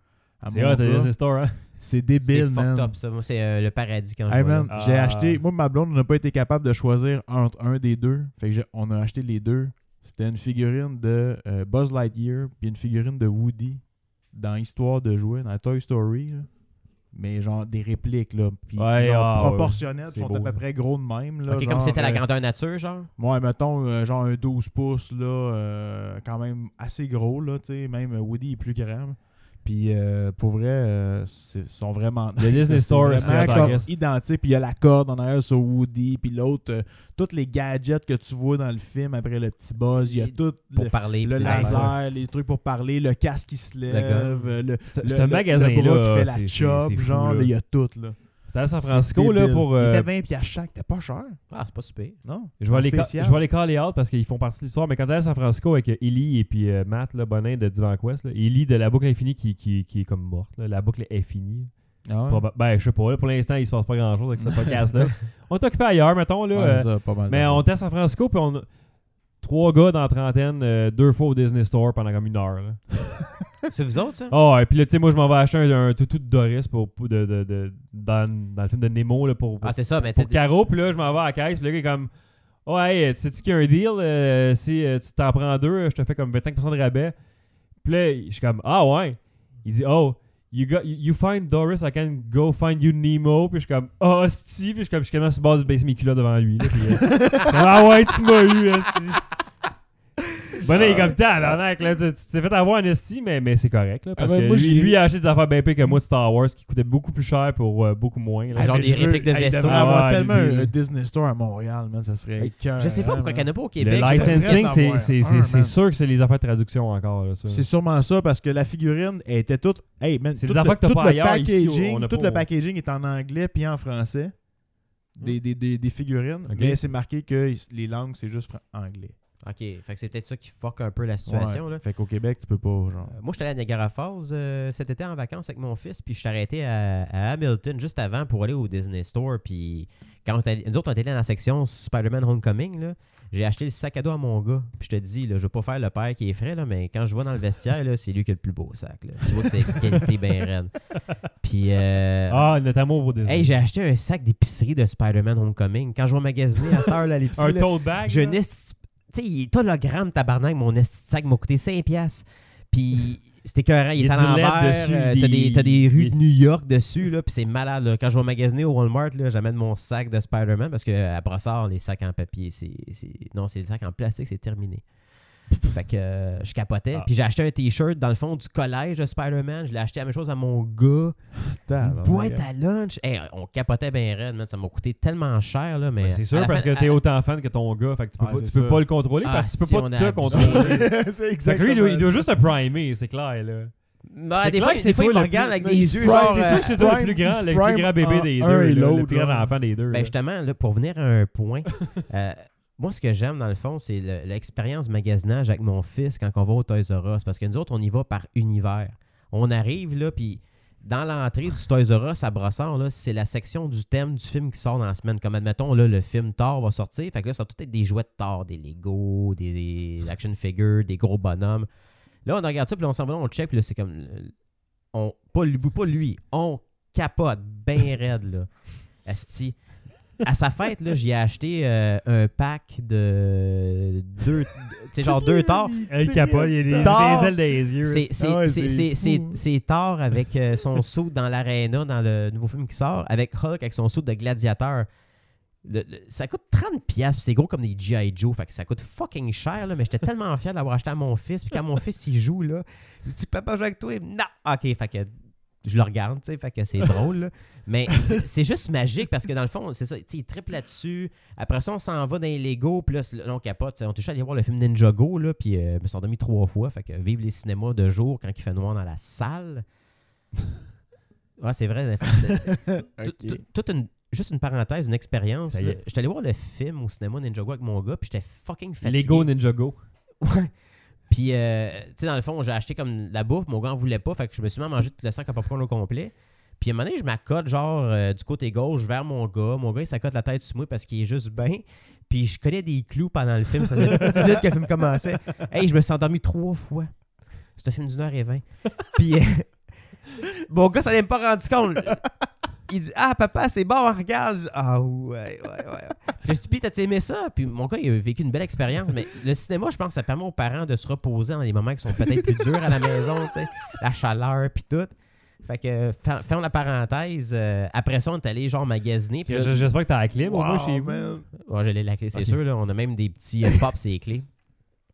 C: à
E: C'est
C: Ah, mon
E: hot,
C: gars,
E: Disney Store, hein?
C: C'est
F: c'est
C: débile,
F: fucked
C: man.
F: up, ça. Moi, c'est euh, le paradis quand je
C: Hey
F: vois, là.
C: man, j'ai
E: Ah.
C: acheté. Moi, ma blonde, on n'a pas été capable de choisir entre un des deux. Fait que j'ai- on a acheté les deux. C'était une figurine de euh, Buzz Lightyear puis une figurine de Woody dans Histoire de jouets, dans Toy Story. là. Mais genre des répliques, là. Puis
E: Ouais,
C: genre
E: ah, ouais.
C: proportionnelles,
E: C'est
C: sont
E: beau,
C: à
E: là.
C: peu près gros de même. Là,
F: Ok, comme
C: genre,
F: c'était la
C: euh,
F: grandeur nature, genre.
C: Ouais, mettons, euh, genre un 12 pouces, là, euh, quand même assez gros, là, tu sais, même Woody est plus grand. Puis, euh, pour vrai, euh, c'est- ils sont vraiment...
E: Le Disney
C: c'est
E: Store,
C: vraiment
E: c'est
C: comme
E: intéressant.
C: identique. Puis, il y a la corde en arrière sur Woody, puis l'autre, euh, tous les gadgets que tu vois dans le film après le petit buzz, il y a
F: Et-
C: tout
F: Pour
C: le,
F: parler.
C: le
F: puis des affaires.
C: laser, les trucs pour parler, le casque qui se lève,
F: gun.
C: euh, le,
E: C'est
C: le,
E: c'est un
C: le-
E: magasin,
C: le bras qui
E: là.
C: fait
E: c'est-
C: la
E: c'est-
C: chop,
E: c'est fou,
C: genre,
E: là.
C: là, il y a tout, là.
E: T'es à San
C: C'est
E: Francisco, là,
C: débile.
E: pour...
C: Il
E: euh,
C: était 20 piastres chaque, c'était pas cher,
F: Ah, c'est pas super.
C: non?
E: Je vais, les ca-
C: spécial.
E: je vais les caller out parce qu'ils font partie de l'histoire. Mais quand t'es à San Francisco avec euh, Ellie et puis euh, Matt là, Bonin de Divan Quest, là, Ellie de la boucle infinie qui, qui, qui est comme morte. là. La boucle est finie. Proba- Ben, je sais pas. là, pour l'instant, il se passe pas grand chose avec ce podcast-là. on est occupé ailleurs, mettons. Là,
C: Ouais,
E: euh,
C: c'est ça, pas mal.
E: mais on était à San Francisco puis on. a- Trois gars dans la trentaine, euh, deux fois au Disney Store pendant comme une heure. là.
F: C'est vous autres, ça?
E: Ah, et puis là, tu sais, moi, je m'en vais acheter un, un toutou de Doris pour, pour- de, de- de- dans, dans le film de Nemo là, pour, pour
F: Ah, c'est ça, mais
E: pour
F: c'est.
E: Caro, puis là, je m'en vais à la caisse, puis le gars est comme Ouais, tu sais-tu qu'il y a un deal euh, Si euh, tu t'en prends deux, euh, je te fais comme 25% de rabais. Puis là, je suis comme Ah ouais. Il dit Oh, you, got, you, you find Doris, I can go find you Nemo. Puis je suis comme Oh, hostie. Puis je suis comme Je suis quasiment sur le bord de baisser mes culottes devant lui. là, puis, euh, ah ouais, tu m'as eu, hostie. Bon, là, il est
F: Ah,
E: comme tabarnak, là, tu tu t'es fait avoir un esti, mais, mais c'est correct, là, parce
C: Ah ben,
E: que
C: moi,
E: lui,
C: j'ai-
E: lui a acheté des affaires bien pires que moi de Star Wars, qui coûtaient beaucoup plus cher pour euh, beaucoup moins. là.
F: Ah, genre des répliques de
C: Il
F: vaisseaux.
C: devrait avoir
E: Ah, Ouais,
C: tellement
E: lui-
C: un, un Disney Store à Montréal, man, ça serait écœurant,
F: Je sais pas pourquoi
C: man.
F: qu'il n'y en a pas au
E: Le
F: Québec. je pense-
C: j'aimerais
E: licensing,
C: en
E: c'est-
C: avoir
E: c'est-
C: un,
E: c'est c'est
C: man.
E: sûr que c'est les affaires de traduction encore. Là, ça.
C: C'est sûrement ça, parce que la figurine elle était toute... Hey, man,
E: C'est
C: tout
E: des affaires
C: le,
E: que t'as
C: tout
E: pas
C: le
E: ailleurs, ici,
C: packaging,
E: on a
C: tout
E: pas-
C: le packaging est en anglais puis en français. Des, des, des, des figurines,
E: Ok.
C: mais c'est marqué que les langues, c'est juste fran- anglais.
F: Ok, fait que c'est peut-être ça qui fuck un peu la situation,
C: Ouais.
F: là.
C: Fait qu'au Québec, tu peux pas, genre...
F: Euh, Moi, j'étais allé à Niagara Falls euh, cet été en vacances avec mon fils, puis je suis arrêté à, à Hamilton juste avant pour aller au Disney Store. Puis quand on est allé- nous autres, on était allés dans la section Spider-Man Homecoming, là, j'ai acheté le sac à dos à mon gars. Puis je te dis, là, je vais pas faire le père qui est frais, là, mais quand je vois dans le vestiaire, là, c'est lui qui a le plus beau sac. là. Tu vois que c'est une qualité bien raide. Puis. euh,
E: Ah, notamment pour des.
F: Hey, j'ai acheté un sac d'épicerie de Spider-Man Homecoming. Quand je vais magasiner à cette heure-là à l'épicerie,
E: un
F: là,
E: tote bag.
F: je
E: là.
F: n'ai. Tu sais, il est hologramme, tabarnak. Mon esti de sac m'a coûté 5$. piastres. Puis c'était écœurant. Il,
E: Il y
F: est
E: a
F: à
E: du LED
F: l'envers.
E: dessus,
F: euh,
E: des-
F: T'as des, t'as des rues
E: des-
F: de New York dessus. Là, puis c'est malade. là. Quand je vais magasiner au Walmart, là, j'amène mon sac de Spider-Man parce qu'à Brossard, les sacs en papier, c'est. c'est- Non, c'est les sacs en plastique, c'est terminé. Fait que euh, je capotais.
E: Ah.
F: Puis j'ai acheté un t-shirt dans le fond du collège de Spider-Man. Je l'ai acheté la même chose à mon gars.
E: Ah,
F: Une boîte à lunch. Hey, on capotait bien raide, man. Ça m'a coûté tellement cher, là, mais...
E: Ouais, c'est
F: à
E: sûr,
F: la
E: parce
F: fin-
E: que t'es
F: à-
E: autant fan que ton gars. Fait que tu peux,
C: Ah,
E: pas, tu
C: c'est
E: peux
C: ça.
E: pas le contrôler
F: Ah,
E: parce que tu peux
F: si
E: pas
F: on a
E: te
F: abusé.
E: contrôler.
C: c'est
E: Fait que
C: exactement
E: lui, il doit- il doit
C: ça.
E: juste te primer, c'est clair. là.
F: Bah,
E: C'est
F: des
E: clair
F: fois,
E: que
F: des
E: c'est
F: fois,
E: toi
F: il me
E: le
F: regarde
E: plus-
F: avec
C: il
F: des
C: se
F: yeux,
C: prime,
F: genre...
E: C'est
F: euh,
E: sûr que c'est toi
C: prime-
E: le plus
C: il
E: grand,
C: se
E: le plus
C: prime
E: grand bébé
C: en
E: des
C: un
E: deux.
C: et
E: là, Le
C: l'autre,
E: plus grand
C: là.
E: enfant des deux.
F: Ben
E: là.
F: justement, là, pour venir à un point, euh, moi, ce que j'aime, dans le fond, c'est le- l'expérience magasinage avec mon fils quand on va au Toys R Us. Parce que nous autres, on y va par univers. On arrive, là, puis dans l'entrée du Toys R Us à Brossard, là, c'est la section du thème du film qui sort dans la semaine. Comme, admettons, là, le film Thor va sortir. Fait que là, ça va tout être des jouets de Thor, des Lego, des, des action figures, des gros bonhommes. Là, on regarde ça, puis là, on s'en va là, on check, puis là, c'est comme... euh, On, pas, lui, pas lui, on capote bien raide, là. Asti. À sa fête, là, j'ai acheté euh, un pack de deux... Tu sais, genre deux torts.
E: Hey, Il capote, il y a des-
F: Tard.
E: des ailes des yeux.
F: C'est c'est-
C: Ah ouais,
F: c'est-
C: c'est
F: c'est- c'est-
C: fou.
F: c'est Thor avec euh, son saut dans l'aréna dans le nouveau film qui sort, avec Hulk avec son saut de gladiateur. le- le- ça coûte 30$, piastres, c'est gros comme des G.I. Joe, fait que ça coûte fucking cher, là, mais j'étais tellement fier de l'avoir acheté à mon fils. Puis quand mon fils il joue, là, il dit Papa, joue avec toi. Non, ok, fait que je le regarde, tu sais, fait que c'est drôle. là. Mais c'est c'est juste magique parce que dans le fond, c'est ça, tu sais, il triple là-dessus. Après ça, on s'en va dans les Lego, puis là, c'est- là, on capote. tu sais, On touche à aller voir le film Ninjago, là, puis euh, je me suis endormi trois fois. Fait que vive les cinémas de jour quand il fait noir dans la salle. Ouais, c'est vrai. dans les films de- tout- tout- toute une, juste une parenthèse, une expérience.
E: Ça y
F: là.
E: est.
F: J'étais allé voir le film au cinéma Ninjago avec mon gars, puis j'étais fucking fatigué.
E: Lego Ninjago.
F: Ouais. Puis, euh, tu sais, dans le fond, j'ai acheté comme la bouffe, mon gars en voulait pas, fait que je me suis mis à manger tout le sac à popcorn au complet. Puis à un moment donné, je m'accote genre euh, du côté gauche vers mon gars. Mon gars, il s'accote la tête sur moi parce qu'il est juste bien. Puis je connais des clous pendant le film. Ça faisait 10 minutes que le film commençait. Hey, je me suis endormi trois fois. C'est un film d'une heure et vingt. Puis euh, mon gars, ça n'est pas rendu compte. Il dit Ah, papa, c'est bon, regarde. Je dis, Ah, ouais, ouais, ouais. ouais. Puis je dis, Pis, t'as aimé ça? Puis mon gars, il a vécu une belle expérience. Mais le cinéma, je pense, ça permet aux parents de se reposer dans les moments qui sont peut-être plus durs à la maison, tu sais. La chaleur, puis tout. Fait que, fer- ferme la parenthèse. euh, après ça, on est allé, genre, magasiner. Puis là,
E: J- J'espère que t'as la clé, moi,
C: Wow,
E: chez vous.
C: man.
F: ouais, j'allais la clé, c'est
E: Ok.
F: sûr. Là, on a même des petits euh, pops et les clés.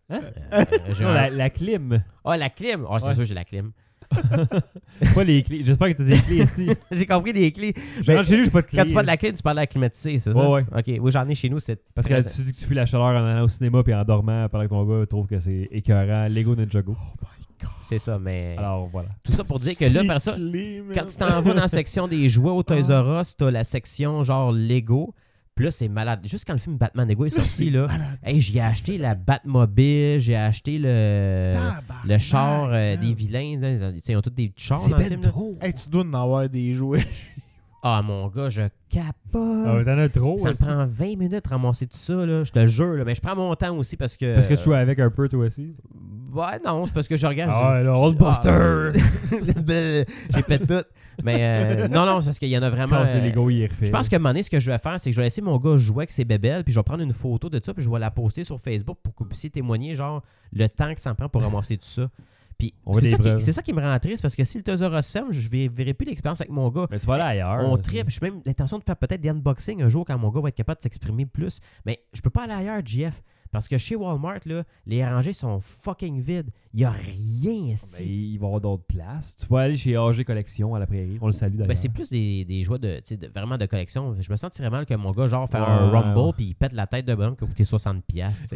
E: Hein?
F: Euh, j'ai
E: Non,
F: un-
E: la, la clim.
F: Ah, la clim! Ah, c'est
E: Ouais.
F: sûr, j'ai la clim.
E: Pas les clés. J'espère que t'as des clés ici.
F: j'ai compris les clés.
E: Je
F: Ben,
E: rentre chez lui, j'ai pas de clés.
F: Quand tu parles de la clim, tu parles de la climatisée, c'est ça?
E: euh. Ouais,
F: OK, oui, j'en ai chez nous. C'est
E: Parce que tu dis que tu fuis la chaleur en allant au cinéma puis en dormant pendant que ton gars trouve que c'est écœurant. Lego Ninjago.
F: c'est ça, mais...
E: Alors voilà.
F: Tout ça pour dire que là,
C: Les
F: par ça,
C: clés, man.
F: quand tu t'en vas dans la section des jouets au Toys R Us, t'as la section genre Lego. Puis là, c'est malade. Juste quand le film Batman Lego est sorti, là, hey, j'ai acheté la Batmobile, j'ai acheté le,
C: Tabarnak,
F: le char
E: Ah,
F: euh, des
C: man.
F: vilains. là. Ils ont- tu sais, ils ont tous des petits chars dans le film. là.
E: ben trop.
C: Hey, tu dois en avoir des jouets.
F: Ah, mon gars, je capote.
E: Ah, T'en as trop.
F: ça me
E: aussi.
F: prend 20 minutes de ramasser tout ça, là. je te jure. là. Mais je prends mon temps aussi parce que.
E: Parce que tu joues avec un peu, toi aussi.
F: Ouais, non, c'est parce que je regarde.
E: Ah,
F: je-
E: là,
F: je-
E: Hulkbuster!
F: Ah. J'ai pété tout. Mais euh, non, non, c'est parce qu'il y en a vraiment.
E: Quand c'est
F: euh,
E: Lego, il est refait.
F: Je pense que un moment donné, ce que je vais faire, c'est que je vais laisser mon gars jouer avec ses bébelles, puis je vais prendre une photo de ça, puis je vais la poster sur Facebook pour que vous puissiez témoigner, genre, le temps que ça me prend pour ramasser tout ça. Puis
E: On veut
F: c'est
E: des
F: ça, qui,
E: preuves.
F: c'est ça qui me rend triste, parce que si le Toys R Us ferme, je ne verrai plus l'expérience avec mon gars.
E: Mais tu vas aller ailleurs.
F: On
E: là,
F: tripe. J'ai même l'intention de faire peut-être des unboxings un jour quand mon gars va être capable de s'exprimer plus. Mais je peux pas aller ailleurs, JF. Parce que chez Walmart, là, les rangées sont fucking vides. Il n'y a rien
E: c'est-
F: ici.
E: Mais il va y avoir d'autres places. Tu vas aller chez AG Collection à la prairie. On le salue d'ailleurs.
F: Ben, c'est plus des, des jouets de, tu sais, de- vraiment de collection. Je me sentirais mal que mon gars, genre, fait
E: Ouais,
F: un
E: ouais.
F: Rumble puis il pète la tête de bonhomme qui a coûté 60$. piastres,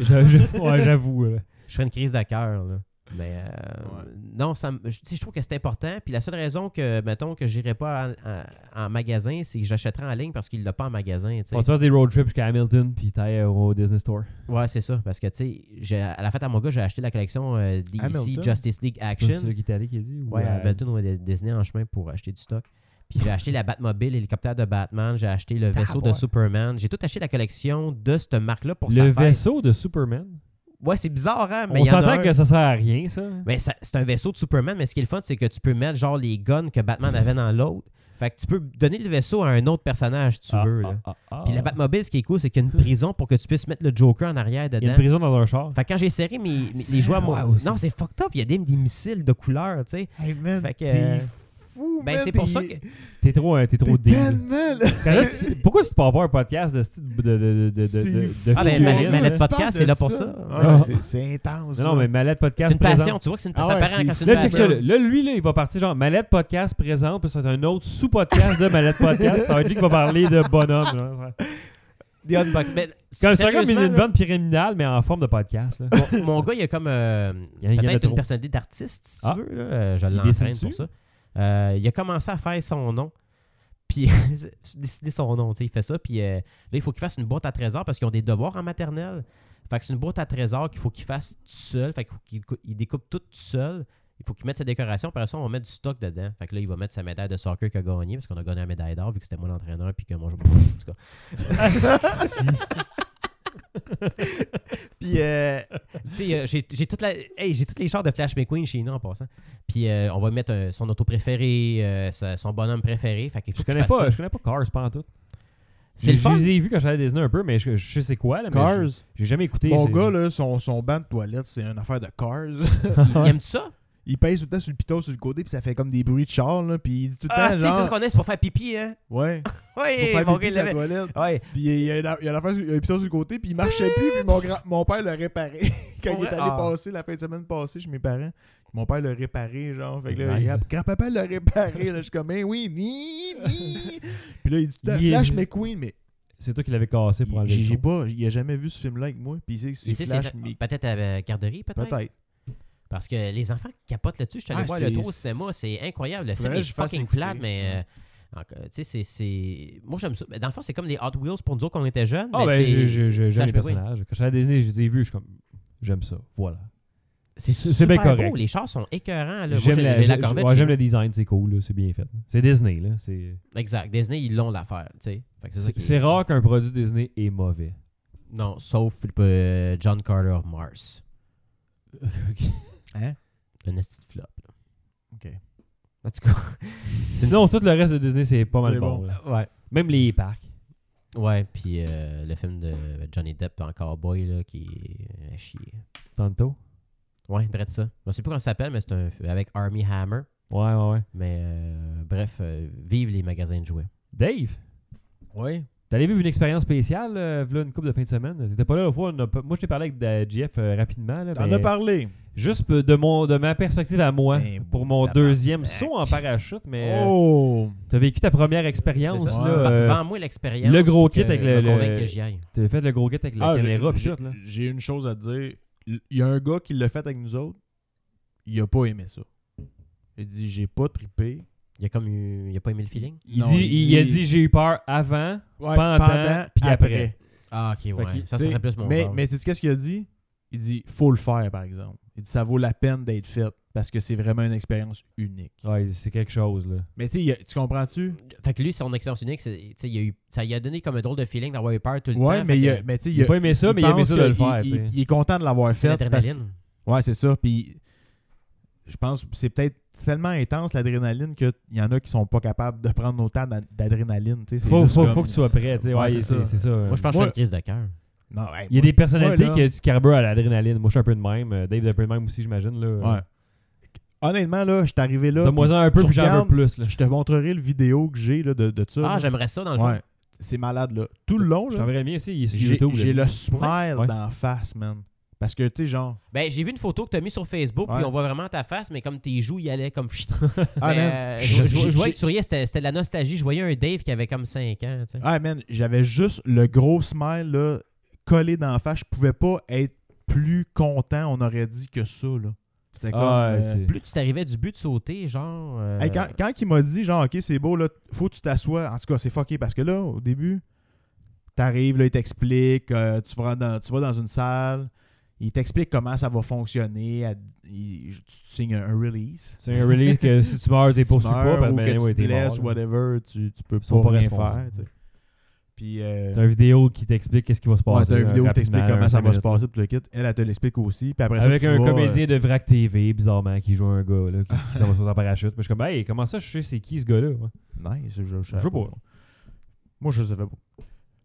F: tu sais.
E: Je- je- ouais, j'avoue. là.
F: je ferais une crise de cœur. là. Mais euh,
C: Ouais.
F: non, ça, me- je tu sais, je trouve que c'est important. Puis la seule raison que, mettons, que j'irai pas en, en- en magasin, c'est que j'achèterai en ligne parce qu'il l'a pas en magasin. tu sais.
E: On se fasse des road trips jusqu'à Hamilton puis t'ailles au Disney Store.
F: Ouais, c'est ça. Parce que, tu sais, j'ai- à la fête à mon gars, j'ai acheté la collection euh, DC
C: Hamilton.
F: Justice League
E: C'est
F: Action.
E: celui qui est allé qui a dit. ou,
F: Ouais,
E: euh,
F: à Hamilton, on va dé- dessiner en chemin pour acheter du stock. Puis j'ai acheté la Batmobile, l'hélicoptère de Batman, j'ai acheté le vaisseau de
E: Tabarouette.
F: Superman. J'ai tout acheté la collection de cette marque-là pour sa
E: le
F: fête.
E: vaisseau de Superman.
F: Ouais, c'est bizarre, hein? Mais
E: on
F: il y en a
E: s'entend
F: un.
E: que ça sert à rien, ça.
F: Mais ça- c'est un vaisseau de Superman, mais ce qui est le fun, c'est que tu peux mettre genre les guns que Batman avait dans l'autre. Fait que tu peux donner le vaisseau à un autre personnage si tu
E: Ah,
F: veux.
E: ah,
F: là.
E: ah, ah.
F: Puis la Batmobile, ce qui est cool, c'est qu'il y a une prison pour que tu puisses mettre le Joker en arrière
E: Il y a
F: dedans.
E: une prison dans un char.
F: Fait que quand j'ai serré mes, mes- les jouets à mon-
E: Wow, ça.
F: Non, c'est fucked up. Il y a des, des missiles de couleur, tu sais.
C: Hey, man,
F: Fait que,
C: t'es
F: euh,
C: fou,
F: Ben,
C: man,
F: c'est pour
C: t'es-
F: ça que.
E: T'es trop, hein, t'es trop
C: T'es
E: ding.
C: tellement, là.
E: Quand là, tu- Pourquoi tu pars pas un podcast de ce type de, de, de, de,
C: C'est
E: de- de
C: fou.
F: Ah, ben,
E: figurines,
F: Manette- Manette
E: là?
C: Tu parles
F: Podcast,
C: de
F: c'est là pour ça.
C: Ouais,
E: Ah.
C: c'est- C'est intense.
E: Non, non,
C: là.
E: mais Mallette Podcast
F: C'est une
E: présente.
F: passion. Tu vois que c'est une
C: Ah
F: passion.
C: ouais,
F: ça paraît
C: c'est
F: quand c'est une
E: Là, check ça.
F: passion.
E: Là, Là, lui, là, il va partir genre Mallette Podcast présente, puis ça va être un autre sous-podcast de Mallette Podcast. ça va être lui qui va parler de bonhomme. là. Ça-
F: Des unbox- Ben,
E: Comme ça, comme une,
F: sérieusement,
E: une
F: là, Ah,
E: vente pyramidale, mais en forme de podcast. là.
F: mon, mon gars, il a comme euh,
E: Il y en a- il y en a
F: peut-être une
E: trop.
F: personnalité d'artiste, si
E: Ah.
F: tu veux. là. Euh, Je
E: Il
F: l'entraîne
E: dessine-tu?
F: pour ça. Euh, il a commencé à faire son nom. Puis, décider son nom, tu sais, il fait ça. Puis euh, là, il faut qu'il fasse une boîte à trésors parce qu'ils ont des devoirs en maternelle. Fait que c'est une boîte à trésors qu'il faut qu'il fasse tout seul. Fait qu'il faut qu'il cou- il découpe tout tout seul. Il faut qu'il mette sa décoration. Par ça, on va mettre du stock dedans. Fait que là, il va mettre sa médaille de soccer qu'il a gagné parce qu'on a gagné la médaille d'or vu que c'était moi l'entraîneur. Puis que moi, je. En tout cas. Puis, euh, tu sais, euh, j'ai j'ai toute la- hey, j'ai toutes les chars de Flash McQueen chez nous en passant. Puis, euh, on va mettre un- son auto préféré, euh, sa- son bonhomme préféré. Fait qu'il faut
E: Je
F: qu'il
E: connais,
F: fasse
E: pas,
F: ça.
E: je connais pas Cars, pas en tout.
F: C'est le
E: Je-
F: fun.
E: Je les ai vus quand j'allais à Disney un peu, mais je, je sais c'est quoi. Là, mais je- J'ai jamais écouté.
C: Mon
E: c'est-
C: gars, là, son, son banc de toilette, c'est une affaire de cars.
F: Il aime ça?
C: il pèse tout le temps sur le piton sur le côté, puis ça fait comme des bruits de char, là, puis il dit tout le temps,
F: Ah, c'est c'est ce
C: genre,
F: qu'on est, c'est pour faire pipi, hein?
C: ouais, faut
F: Oui,
C: faire
F: mon gars,
C: pipi
F: il
C: sur la
F: l'avait.
C: toilette.
F: Ouais.
C: Puis il y a, une a- il y a une affaire sur- il y a un piton sur le côté, puis il marchait plus, puis mon, grand, mon père l'a réparé. Quand il est allé
F: Ah.
C: passer la fin de semaine passée chez mes parents, mon père l'a réparé, genre. Fait que là,
E: Nice.
C: il a- grand-papa l'a réparé, là. Je suis comme, ben oui, ni, ni. Puis là, il dit tout le temps,
E: Il est-
C: Flash McQueen, mais
E: C'est toi qui l'avais cassé pour enlever
C: j'ai
E: le
C: j'ai
E: son.
C: pas, il a jamais vu ce film-là avec moi, puis il sait que c'est
F: Ici, c'est
C: Flash
F: la-
C: McQueen.
F: peut-être à la garderie, peut-être.
C: Peut-être.
F: Parce que les enfants capotent là-dessus. Je suis allé
C: Ah,
F: voir
C: c'est-
F: le trou au cinéma. C'est incroyable. Le film
C: Faudrait
F: est
C: que je fasse
F: fucking
C: écouter.
F: plate, mais. euh, donc, euh, tu sais, c'est- c'est. Moi, j'aime ça. Mais Dans le fond, c'est comme les Hot Wheels pour nous autres quand on était jeunes.
E: Ah,
F: mais
E: ben,
F: c'est-
E: j'ai- j'ai- j'ai- j'aime
F: Flash
E: les
F: McQueen.
E: personnages. Quand je suis à Disney, je les ai vus, je suis comme, j'aime ça. Voilà.
F: c'est
E: c'est
F: super
E: bien correct.
F: beau. Les chars sont écœurants. Ah, là. Moi,
E: J'aime
F: J'ai
E: la-
F: j'ai la
E: j'ai-
F: corvette.
E: ouais,
F: chez
E: j'aime
F: nous.
E: le design, c'est cool, là, c'est bien fait. C'est Disney, là. C'est
F: Exact. Disney, ils l'ont l'affaire. tu sais. Fait que C'est ça qui est-
E: c'est rare qu'un produit Disney est mauvais.
F: Non, sauf euh, John Carter of Mars.
C: Hein?
F: Un esti de flop. là.
C: OK.
F: En tout cas,
E: Sinon, tout le reste de Disney, c'est pas mal
C: C'est
E: bon.
C: bon.
E: là.
F: ouais.
E: Même les parcs.
F: Ouais, puis euh, le film de Johnny Depp en cowboy, là, qui est à chier.
E: Tantôt.
F: Ouais, drette ça. Je sais pas comment ça s'appelle, mais c'est un avec Army Hammer.
E: Ouais, ouais, ouais.
F: Mais euh, bref, euh, vive les magasins de jouets.
E: Dave,
F: Oui.
E: t'as allé vivre une expérience spéciale, euh, v'là une couple de fin de semaine. T'étais pas là la fois. on a pas- Moi, je t'ai parlé avec euh, JF euh, rapidement. Là,
C: T'en
E: mais
C: as parlé.
E: Juste peu- de, mon, de ma perspective à moi,
C: Ben,
E: pour mon
C: tabarnak.
E: deuxième saut en parachute, mais euh,
C: Oh!
E: t'as vécu ta première expérience.
F: C'est ça.
E: là,
F: Va-
E: euh,
F: Vends-moi l'expérience.
E: le gros
F: pour
E: kit
F: que
E: avec le-
F: me convainque
E: le-
F: que j'y aille.
E: T'as fait le gros guet avec la
C: Ah, j'ai-
E: caméra, pis
C: j'ai-
E: tout, là.
C: J'ai une chose à te dire. Il y a un gars qui l'a fait avec nous autres. Il a pas aimé ça. Il dit J'ai pas trippé.
F: Il a comme eu- il a pas aimé le feeling.
E: Il,
C: Non,
E: dit, il,
C: il
E: a
C: dit-
E: dit j'ai eu peur avant.
C: Ouais,
E: Pendant, puis après.
F: Ah, ok, ouais.
E: qu'il-
F: Ça serait
C: T'sais,
F: plus mon
C: Mais,
F: genre.
C: mais tu sais qu'est-ce qu'il a dit Il dit Faut le faire, par exemple. Il dit Ça vaut la peine d'être fait parce que c'est vraiment une expérience unique.
E: Ouais, c'est quelque chose, là.
C: Mais tu sais, il a- tu comprends-tu
F: Fait que lui, son expérience unique, c'est- tu sais, il a eu, ça lui a donné comme un drôle de feeling d'avoir eu peur tout le
C: Ouais,
F: temps.
C: mais
F: fait
C: il a-
F: que-
C: mais tu sais,
E: Il a pas aimé ça, mais il a aimé
C: pense
E: ça de
C: que
E: le faire,
C: Il,
E: tu sais.
C: il- il est content de l'avoir
F: c'est
C: fait. parce-
F: l'adrénaline.
C: Ouais, c'est ça. Puis je pense que c'est peut-être tellement intense l'adrénaline qu'il y en a qui sont pas capables de prendre autant d'ad- d'adrénaline. tu sais, c'est
E: Faut,
C: juste
E: faut,
C: comme-
E: faut que tu sois prêt, tu sais. Ouais,
C: Ouais,
E: c'est
C: c'est
E: c'est ça.
C: ça.
E: euh.
F: Moi, je pense que
C: Moi-
F: c'est une crise de cœur.
C: Non, hey,
E: Il y
C: moi-
E: a des personnalités
C: moi, là-
E: qui ont du carbure à l'adrénaline. Moi, je suis un peu de même. Euh, Dave, est un peu de même aussi, j'imagine. là.
C: Ouais. Honnêtement, là, je suis arrivé là.
E: Donne-moi
C: puis
E: un peu,
C: tu
E: puis j'en veux
C: regardes,
E: plus. Là.
C: Je te montrerai le vidéo que j'ai là, de, de ça.
F: Ah,
C: là.
F: j'aimerais ça, dans le fond.
C: Ouais. C'est malade, là. Tout le long,
E: Je
C: là,
E: t'enverrai le mien aussi. Il est sur
C: j'ai
E: YouTube.
C: j'ai
E: là.
C: le smile
E: Ouais.
C: dans la face, man. Parce que, tu sais, genre.
F: Ben, j'ai vu une photo que t'as mis sur Facebook,
C: Ouais.
F: puis on voit vraiment ta face, mais comme tes joues y allaient comme chut.
C: Ah,
F: Mais,
C: man.
F: euh,
C: j'ai-
F: je, je- je
C: j'ai-
F: voyais que tu riais, c'était c'était de la nostalgie. Je voyais un Dave qui avait comme 5 ans. tu sais.
C: Ah, man, j'avais juste le gros smile là, collé dans la face. Je pouvais pas être plus content, on aurait dit, que ça. là. C'était comme.
E: Ah, ouais,
C: euh,
E: c'est-
F: Plus tu t'arrivais du but de sauter, genre. euh,
C: hey, quand, quand il m'a dit, genre, OK, c'est beau, là, faut que tu t'assoies. En tout cas, c'est fucké parce que là, au début, t'arrives, là, il t'explique, euh, tu, vas dans, tu vas dans une salle, il t'explique comment ça va fonctionner, elle- il- tu, tu signes un, un release.
E: C'est un release que si tu meurs, t'es
C: tu
E: poursuis pas.
C: meurs
E: parce
C: ou
E: que,
C: que
E: ben,
C: tu
E: ouais,
C: te
E: t'es
C: blesses,
E: mort, là.
C: whatever, tu, tu peux
E: Ils sont
C: pas,
E: pas
C: rien
E: responsables.
C: faire. tu sais. Puis, euh,
E: T'as une vidéo qui t'explique qu'est-ce qui va se
C: Ouais,
E: passer.
C: t'as une
E: là,
C: vidéo qui
E: rapidement,
C: t'explique comment
E: un
C: ça va
E: cinq
C: se
E: minutes, là.
C: passer, puis le kit. Elle, elle te l'explique aussi. Puis après ça,
E: Avec
C: tu
E: un
C: vas,
E: comédien
C: euh,
E: de Vrac TV, bizarrement, qui joue un gars là, qui, qui s'en va sur un parachute. Mais je suis comme, hey, comment ça, je sais c'est qui ce gars-là? ouais?
C: euh, Nice, je, je,
E: Je sais pas.
C: Moi, je savais pas.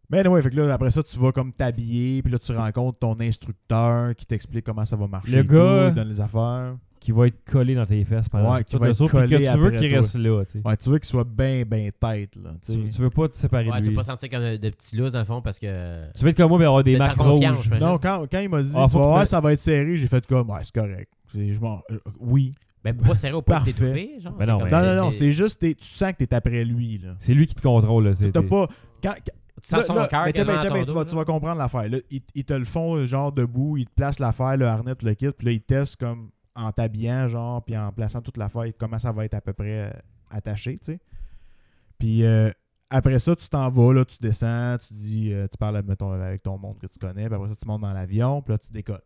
C: Mais ouais, fait que là, après ça, tu vas comme t'habiller, puis là, tu rencontres ton instructeur qui t'explique comment ça va marcher.
E: Le
C: et tout,
E: gars-
C: il donne les affaires.
E: Qui va être collé dans tes fesses pendant
C: Ouais, qui
E: tout
C: va
E: le
C: être
E: saut, puis
C: collé
E: que tu veux
C: après
E: qu'il
C: toi.
E: reste là. tu sais.
C: Ouais, tu veux qu'il soit bien, bien tête, là. tu sais.
E: Tu, tu veux pas te séparer
F: ouais,
E: de
F: tu
E: lui.
F: veux pas sentir comme de petits lousses, dans le fond, parce que.
E: Tu veux être comme moi, mais avoir des
F: T'es en
E: marques
F: confiance,
E: rouges.
F: j'imagine.
C: Non, quand, quand il m'a dit,
E: Ah,
C: tu
E: faut
C: vas
E: que tu
C: voir,
E: me-
C: ça va être serré, j'ai fait comme, ouais, c'est correct. C'est- Je m'en- euh, oui.
F: Ben, pas serré au point de
C: Parfait.
F: t'étouffer, genre.
E: Ben
F: c'est
E: non,
F: comme-
E: mais-
C: Non, non, non, c'est juste, t'es- tu sens que t'es après lui, là.
E: C'est lui qui te contrôle. Là. c'est-
C: T'as
E: t'es-
C: pas. Quand,
F: Tu sens
C: Là,
F: son
C: là,
F: cœur.
C: mais tiens,
F: quasiment
C: ben, tiens,
F: dans
C: ben,
F: ton
C: tu,
F: dos,
C: vas,
F: là.
C: tu vas comprendre l'affaire. Là, ils, ils te le font euh, genre debout, ils te placent l'affaire, le harnais, tout le kit, puis là, ils testent comme en t'habillant, genre, puis en plaçant toute l'affaire, comment ça va être à peu près euh, attaché, tu sais. Puis euh, après ça, tu t'en vas, là, tu descends, tu dis, euh, tu parles, mettons, avec ton monde que tu connais, puis après ça, tu montes dans l'avion, puis là, tu décolles.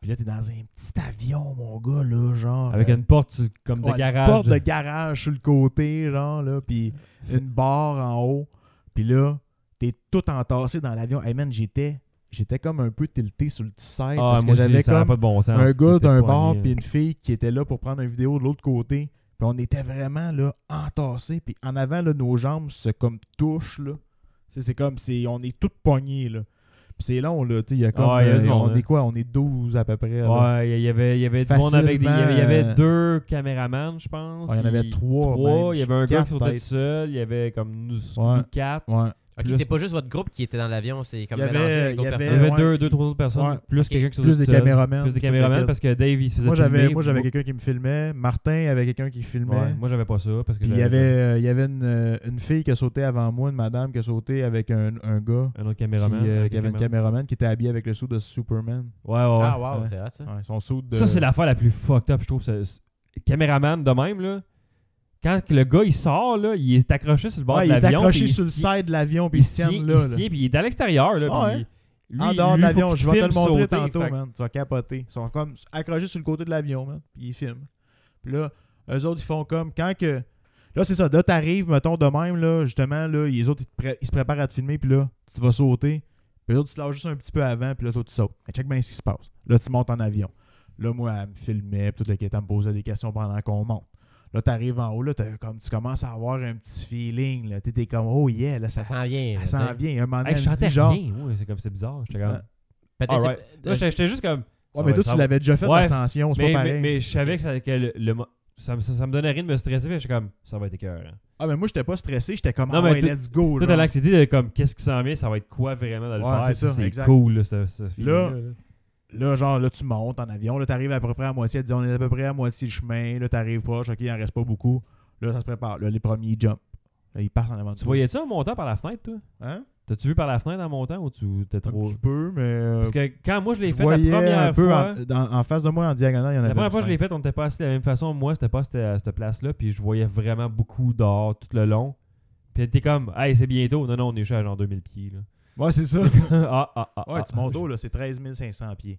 C: Puis là, t'es dans un petit avion, mon gars, là, genre.
E: Avec
C: euh,
E: une porte sur- comme de
C: Ouais,
E: garage. Ah,
C: Porte de garage sur le côté, genre, là, puis une barre en haut. Puis là, t'es tout entassé dans l'avion. Hey man, j'étais, j'étais comme un peu tilté sur le petit side
E: Ah,
C: parce
E: moi
C: que
E: aussi,
C: j'avais
E: ça n'a
C: comme
E: pas de bon sens.
C: un gars
E: T'étais
C: d'un
E: pas
C: bord
E: allé,
C: puis
E: là.
C: une fille qui était là pour prendre une vidéo de l'autre côté. Puis on était vraiment, là, entassés. Puis en avant, là, nos jambes se comme touchent, là. Tu sais, C'est comme, c'est, on est toutes poignées, là. Puis c'est long, là. tu sais, Il y a comme.
E: Ouais, il y a du
C: euh,
E: monde,
C: on
E: hein.
C: est quoi On est 12 à peu près. là.
E: Ouais, il y avait, il y avait du monde avec des. Il y avait, il y avait
C: Facilement, euh,
E: deux caméramans, je pense.
C: Ah, il y en avait trois, même.
E: Trois. Il y avait un gars qui
C: Quatre,
E: sautait tout
C: peut-être.
E: seul. Il y avait comme nous,
C: Ouais.
E: nous quatre.
C: Ouais.
F: Ok,
C: Plus-
F: c'est pas juste votre groupe qui était dans l'avion, c'est comme
C: Il y avait-
F: mélangé
C: il
F: avec
C: y
F: d'autres
C: avait-
E: Il y
F: personnes.
E: avait
C: ouais.
E: deux, deux, trois autres personnes.
C: Ouais.
E: Plus quelqu'un qui sautait
C: Plus
E: tout
C: des
E: seul.
C: caméramans.
E: Plus des
C: tout le
E: caméramans
C: paquet.
E: parce que Dave, il se faisait
C: Moi j'avais,
E: filmer.
C: moi, j'avais quelqu'un qui me filmait. Martin avait quelqu'un qui filmait.
E: Ouais, moi, j'avais pas ça. Parce que
C: Puis il y
E: j'avais-
C: avait, euh, il y avait une, euh, une fille qui a sauté avant moi, une madame qui a sauté avec un, un gars.
E: un autre
C: Qui, euh,
E: caméraman. avec
C: qui avait
E: un
C: une caméraman qui était habillé avec le sou de Superman.
E: Ouais, ouais, ouais.
F: Ah, wow,
C: Ouais.
F: c'est hot ça.
C: Ouais, son sou de.
E: Ça, c'est l'affaire la plus fucked up, je trouve. ça- c'est- Caméraman de même, là. Quand que le gars, il sort, là, il est accroché sur le bord
C: Ouais,
E: de
C: il est
E: l'avion.
C: accroché
E: puis il
C: sur le
E: se-
C: side de l'avion, puis
E: il
C: il
E: se
C: se tient
E: tient,
C: là.
E: il se
C: là.
E: tient, puis il est à l'extérieur, là.
C: Ah,
E: puis lui,
C: en dehors de
E: lui, faut
C: l'avion,
E: qu'il
C: je vais te le
E: filme
C: montrer
E: sauter,
C: tantôt,
E: fait que-
C: man. Tu vas capoter. Ils sont comme accrochés sur le côté de l'avion, man. Puis ils filment. Puis là, eux autres, ils font comme quand que. Là, c'est ça. Là, t'arrives, mettons, de même, là, justement, là, les autres, ils, te pré- ils se préparent à te filmer, puis là, tu vas sauter. Puis les autres, tu te lâches juste un petit peu avant, puis là, toi, tu sautes. Mais check bien ce qui se passe. Là, tu montes en avion. Là, moi, elle me filmait, puis tout le quête, elle me posait des questions pendant qu'on monte. Là, t'arrives en haut, là, t'as comme, tu commences à avoir un petit feeling, là. T'es t'es comme, oh yeah, là, ça,
F: Ça
C: ça
F: s'en vient. là,
C: s'en
F: tu sais.
C: vient. Un moment donné,
E: Hey, je
C: elle me
E: chantais
C: dit, genre,
E: rien, moi, c'est comme c'est bizarre. J'étais comme.
C: Ouais.
F: Peut-être
E: All
F: c'est-
E: right. Là, j'étais j'étais juste comme.
C: Ouais,
E: Ça
C: mais
E: va,
C: toi,
E: ça
C: tu
E: va.
C: l'avais déjà fait
E: Ouais,
C: l'ascension, c'est
E: Mais,
C: pas
E: mais-
C: pareil.
E: mais je savais que, ça, que le, le mo- ça, me- ça, ça me donnait rien de me stresser. fait que J'étais comme, ça va être écœurant.
C: Ah, mais moi, j'étais pas stressé, j'étais comme,
E: Non,
C: ah
E: mais
C: ouais,
E: tout-
C: let's go. genre.
E: Toi, t'as l'anxiété de comme, qu'est-ce qui s'en vient, ça va être quoi vraiment dans le
C: Ouais,
E: faire.
C: c'est ça,
E: C'est
C: exact.
E: cool, là, ce, ce feeling-là, là.
C: Là, genre, là, tu montes en avion, là, t'arrives à peu près à moitié, elle te dit, on est à peu près à moitié le chemin, là, t'arrives proche, ok, il en reste pas beaucoup. Là, ça se prépare, là, les premiers jumps. Là, ils partent en avant de
E: Tu
C: toi.
E: voyais-tu en montant par la fenêtre, toi
C: Hein?
E: T'as-tu vu par la fenêtre en montant ou tu t'es
C: Un
E: trop.
C: petit peu, mais. euh,
E: Parce que quand moi, je l'ai
C: je
E: fait la
C: voyais
E: première
C: un peu
E: fois.
C: en, dans- en face de moi, en diagonale, il y en avait.
E: La première fois que je l'ai
C: fait.
E: fait, on n'était pas assis de la même façon. Moi, c'était pas à cette- à cette place-là. Puis je voyais vraiment beaucoup dehors tout le long. Puis t'es comme, hey, c'est bientôt. Non, non, on est juste à genre 2000 pieds. Là.
C: Ouais, c'est ça.
E: ah, ah, ah.
C: Ouais,
E: ah,
C: tu montes haut, là, c'est 13 500 pieds.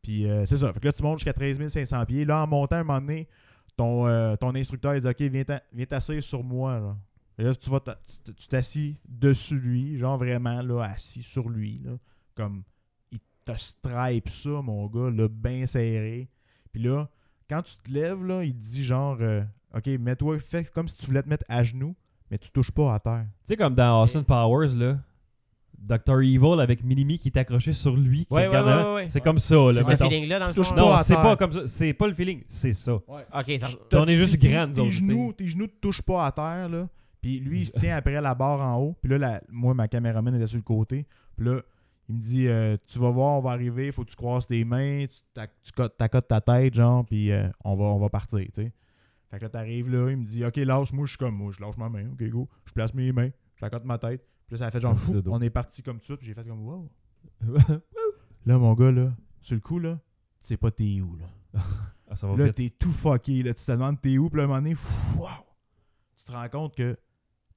C: Puis euh, c'est ça. Fait que là, tu montes jusqu'à 13 500 pieds. Là, en montant, à un moment donné, ton, euh, ton instructeur, il dit Ok, viens t'en- viens t'asseoir sur moi. Là. Et là, tu vas t'a- tu t- tu t'assis dessus lui, genre vraiment, là, assis sur lui. Là, comme il te stripe ça, mon gars, là, bien serré. Puis là, quand tu te lèves, là, il te dit genre euh, Ok, mets-toi, fais comme si tu voulais te mettre à genoux, mais tu touches pas à terre.
E: Tu sais, comme dans Austin Powers, là, Dr. Evil avec Minimi qui est accroché sur lui. qui
F: Ouais,
E: regarde
F: ouais,
E: avant.
F: ouais, ouais.
E: C'est comme ça, là.
F: C'est ce
E: mettons.
F: feeling-là dans
C: Tu
F: le
C: touches
F: fond.
E: Non,
C: Pas à
E: c'est
C: terre.
E: pas comme ça. C'est pas le feeling, c'est ça.
F: Ok, ça.
C: T'as-
E: On est juste
C: tes-
E: grands, nous
C: tes
E: autres, tu sais.
C: genoux, tes genoux te touchent pas à terre, là. Puis lui, il se tient après la barre en haut. Puis là, la- moi, ma caméraman était sur le côté. Puis là, il me dit euh, Tu vas voir, on va arriver, faut que tu croises tes mains, tu t'ac- tu cotes- t'accotes ta tête, genre, puis euh, on, va, on va partir, tu sais. Fait que là, t'arrives là, il me dit Ok, lâche-moi, je suis comme moi, je lâche ma main, ok, go. Je place mes mains, j'accote ma tête. Puis là, ça a fait genre
E: Un petit
C: Fou,
E: dodo.
C: On est parti comme ça, puis j'ai fait comme Wow. Là, mon gars, là, sur le coup, là, tu sais pas t'es où, là.
E: Ah, ça va
C: Là,
E: vite.
C: t'es tout fucké. Là, tu te demandes t'es où, puis là, à un moment donné, pff, wow! tu te rends compte que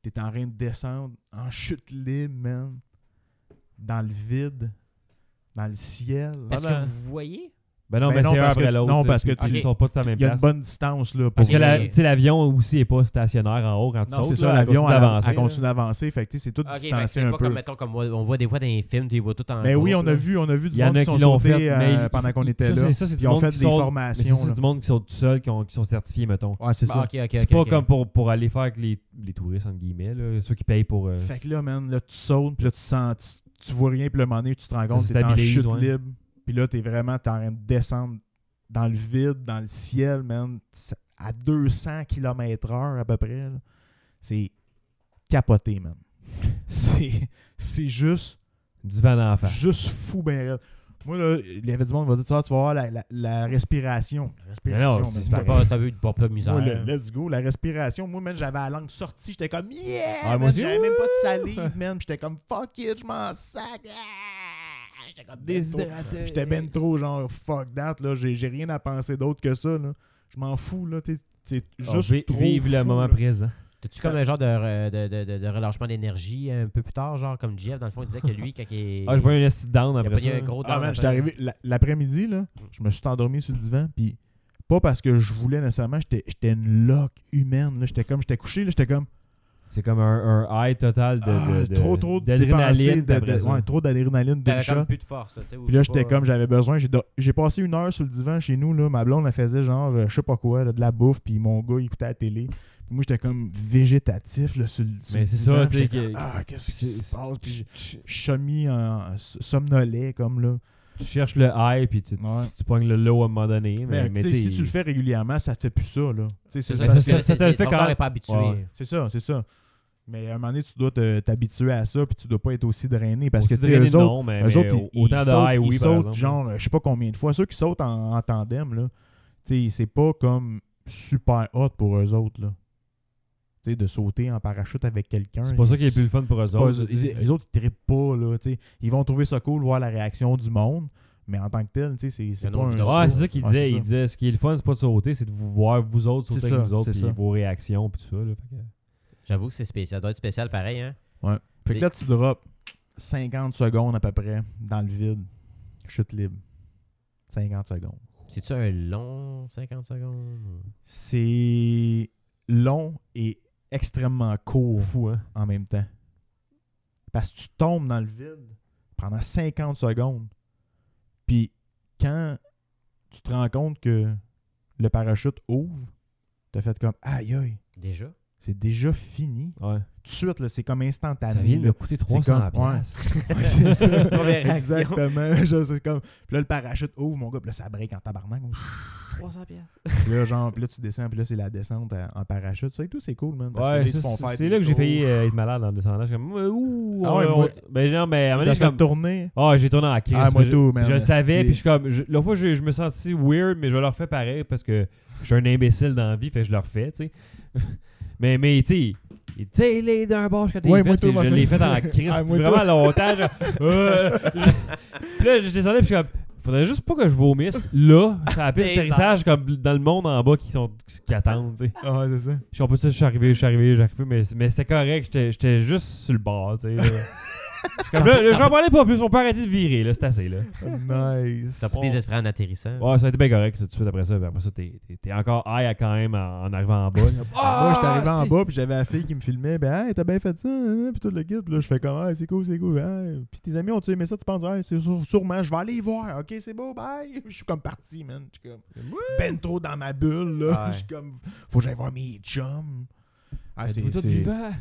C: t'es en train de descendre en chute libre, man. Dans le vide, dans le ciel.
F: Est-ce que vous voyez
E: Ben non,
C: Ben
E: mais
C: non,
E: c'est un
C: parce
E: après
C: que-
E: l'autre.
C: non,
E: tu sais,
C: parce que
E: puis
C: tu-
E: Ils sont pas de la même
C: Il y a une
E: place.
C: bonne distance, là. Pour
E: Parce que la-
F: Ok.
E: tu sais, l'avion aussi est pas stationnaire en haut quand tu
C: Non,
E: sautes.
C: c'est ça,
E: là, elle
C: l'avion,
E: continue
C: elle, elle
E: d'avancer, là.
C: continue d'avancer. Fait que, tu sais, c'est tout
F: Ok, fait que
C: distancé
F: c'est
C: un
F: pas
C: peu.
F: comme mettons comme on voit- on voit des fois dans les films, tu vois tout en.
C: Mais oui,
F: groupe,
C: on a
F: là.
C: vu, on a vu du
E: Il y en
C: monde
E: a
C: qui
E: qui
C: sont
E: l'ont
C: sautés
E: fait,
C: euh,
E: mais il-
C: pendant qu'on
E: il-
C: était
E: ça,
C: là.
E: c'est- ça, c'est du
C: Ils ont
E: monde
C: fait
E: qui
C: des
E: saute- Mais ça,
C: formations.
E: c'est
C: là.
E: du monde qui sont tout seuls, qui, ont- qui sont certifiés, mettons.
C: Ouais, c'est
F: Ah,
C: ça.
F: ok, ok, ok.
E: c'est pas
F: ok.
E: comme pour, pour aller faire avec les, les touristes, entre guillemets, là, ceux qui payent pour. euh,
C: Fait que là, man, là, tu sautes, puis là, tu sens, tu, tu vois rien, puis le moment donné, tu te rends compte
E: se
C: que t'es en
E: stabilise,
C: chute
E: ouais.
C: libre. Puis là, t'es vraiment, t'es en train de descendre dans le vide, dans le ciel, man, ça- à 200 km/h à peu près. là. C'est capoté, man. C'est c'est juste,
E: du vent d'en face.
C: juste fou, ben raide. Moi, là, il y avait du monde qui va dire, tu vas tu vas voir la, la- la respiration. La respiration,
E: Mais non,
C: man.
E: c'est
F: T'as pas- T'as vu de pas peu misère.
C: Moi, le let's go, la respiration. Moi, man, j'avais la langue sortie. J'étais comme, yeah!
E: Ah,
C: man,
E: moi aussi,
C: j'avais même pas de salive,
E: ouh!
C: man. J'étais comme, fuck it, je m'en sac. Ah! J'étais comme, ben trop-
E: Déshydraté.
C: J'étais ben trop, genre, fuck that, là. J'ai j'ai rien à penser d'autre que ça, là. Je m'en fous, là. T'es t'es
E: Ah,
C: juste
E: vi-
C: trop
E: Vive le
C: fou,
E: moment
C: là.
E: présent.
F: T'as-tu comme un genre de, re- de, de, de- de relâchement d'énergie un peu plus tard, genre comme Jeff, dans le fond, il disait que lui, quand il.
E: Ah, j'ai pas eu un acide down
F: il a
E: après
F: pogné
E: ça.
F: un gros
C: Ah,
F: down
C: man,
F: après.
C: j'étais arrivé la- l'après-midi, là. Je me suis endormi sur le divan, puis pas parce que je voulais nécessairement. J'étais j'étais une loque humaine, là. J'étais comme, j'étais couché, là. J'étais comme,
E: C'est comme un, un high total de, de-
C: ah,
E: de-
C: trop, trop
E: d'adrénaline.
C: dépensé, de-
E: après
C: de-
E: ça.
C: ouais, trop d'adrénaline de
F: T'avais
C: shot.
F: comme plus de force, là, tu sais. ou
C: Puis
F: je
C: là,
F: sais
C: j'étais
F: pas.
C: comme, j'avais besoin. J'ai do- J'ai passé une heure sur le divan chez nous. Là. Ma blonde, elle faisait genre, euh, je sais pas quoi, là, de la bouffe. Puis mon gars, il écoutait la télé. Moi, j'étais comme végétatif là, sur, le- sur
E: Mais
C: le
E: c'est
C: divan,
E: ça,
C: puis
E: tu sais,
C: j'étais comme,
E: que-
C: Ah, qu'est-ce qui
E: c'est-
C: se passe? Puis
E: tu,
C: je sommis en somnolais comme là.
E: tu cherches le high puis tu, tu-
C: Ouais.
E: tu pognes le low à un moment donné. Mais,
C: Mais,
E: mais
C: tu sais, si
E: t'sais,
C: tu le fais régulièrement, ça te fait plus ça, là. Tu sais,
F: C'est
C: C'est
F: ça,
C: parce
E: c'est
C: que-
E: ça, ça te le fait
F: ton
E: quand-
F: corps est pas habitué.
E: Ouais.
C: c'est ça, c'est ça. Mais à un moment donné, tu dois te- t'habituer à ça, puis tu dois pas être aussi drainé. Parce
E: aussi
C: que, tu sais,
E: drainé,
C: eux autres,
E: non, mais,
C: eux
E: mais
C: autres, ils, ils
E: autant de
C: sautent,
E: high,
C: ils
E: oui, par
C: sautent,
E: exemple.
C: genre, je sais pas combien de fois. Ceux qui sautent en, en tandem, là, tu sais, c'est pas comme super hot pour eux autres, là. Tu sais, de sauter en parachute avec quelqu'un.
E: C'est pas ça qui est le plus fun pour eux
C: C'est pas-
E: autres. tu sais.
C: ils- Les autres, ils trippent pas, là, tu sais. Ils vont trouver ça cool, voir la réaction du monde, mais en tant que tel, tu sais, c'est- c'est
F: Ils en
C: pas
F: ont
C: un
F: vu d'autres.
C: show.
E: Ouais, c'est ça qu'il
C: Ouais,
E: disait.
C: c'est
E: Il
C: ça.
E: disait ce qui est le fun, c'est pas de sauter, c'est de vous voir vous autres sauter
C: C'est
E: avec
C: ça,
E: nous autres,
C: c'est
E: puis
C: ça.
E: vos réactions, puis tout ça. là. Fait que-
F: J'avoue que c'est spécial. Ça doit être spécial pareil, hein?
C: Fait que là, tu drops 50 secondes à peu près dans le vide. Chute libre. 50 secondes.
F: C'est-tu un long 50 secondes?
C: C'est long et extrêmement court
E: Fou, hein?
C: en même temps. Parce que tu tombes dans le vide pendant 50 secondes. Puis quand tu te rends compte que le parachute ouvre, t'as fait comme aïe aïe,
F: Déjà?
C: c'est déjà fini.
E: Ouais.
C: Tout de suite, là, c'est comme
E: Ça
C: instantané.
E: vient de
C: là.
E: me coûter 300
C: comme- ouais.
E: piastres.
C: Ouais, c'est ça.
F: Première réaction.
C: Exactement. Je sais comme. Puis là, le parachute ouvre, mon gars. Puis là, ça break en tabarnak.
F: 300 piastres.
C: Puis là, genre, puis là, tu descends. Puis là, c'est la descente en- en parachute. Ça et tout, c'est cool, man. Parce
E: Ouais,
C: que là, ils
E: ça,
C: te font
E: c'est-
C: faire
E: c'est
C: des
E: là que j'ai
C: tours.
E: failli euh, être malade en descendant. Je suis comme, ouh,
C: Ah ouais,
E: on-
C: moi-
E: ben genre, mais
C: Ils t'ont
E: à un moment donné, je suis
C: fait
E: comme,
C: tourner.
E: ah, j'ai tourné en crise.
C: Ah, moi
E: je-
C: tout, man.
E: Je le savais,
C: Esti.
E: puis je suis comme, je- la fois, je, je me sentis weird, mais je vais le refais pareil parce que je suis un imbécile dans la vie, fait que je le refais, tu sais. mais, mais, tu sais. Tu sais, il est d'un bord quand il
C: Ouais,
E: fait,
C: moi, tout,
E: puis
C: m'a
E: je
C: fait
E: l'ai
C: ça.
E: fait en crise
C: Ah,
E: puis
C: moi, tout.
E: vraiment longtemps. Genre, euh, je- Puis là, je descendais, puis je suis comme, faudrait juste pas que je vomisse là, ça la piste
F: Des
E: d'atterrissage, comme dans le monde en bas qui, sont, qui attendent, tu sais.
C: Ah, ouais, c'est ça.
E: Je suis pas sûr, je suis arrivé, je suis arrivé, je suis arrivé, mais, mais c'était correct, j'étais- j'étais juste sur le bord, tu sais. là. J'étais comme là, là, j'en parlais pas plus, on peut arrêter de virer, là, c'est assez, là.
C: Nice.
F: T'as pas désespéré en atterrissant?
E: Ouais, ça a été bien correct tout de suite après ça, puis après ça, t'es t'es- t'es encore high à quand même en, en arrivant en bas. là.
C: Moi, j'étais arrivé
E: Ah,
C: en
E: c'est-
C: bas, puis j'avais la fille qui me filmait. Ben, hey, t'as bien fait ça, hein? puis tout le guide. Puis là, je fais comme, ah, c'est cool, c'est cool. Hey. Puis tes amis ont-tu aimé ça? Tu penses, ah, c'est sûr- sûrement, je vais aller voir. Ok, c'est beau, bye. Je suis comme parti, man. Je suis comme, ben trop dans ma bulle, là.
F: Ouais.
C: Je suis comme, faut que j'aille voir mes chums. Ah, c'est.
E: Êtes-vous tous
C: c'est-
E: vivants?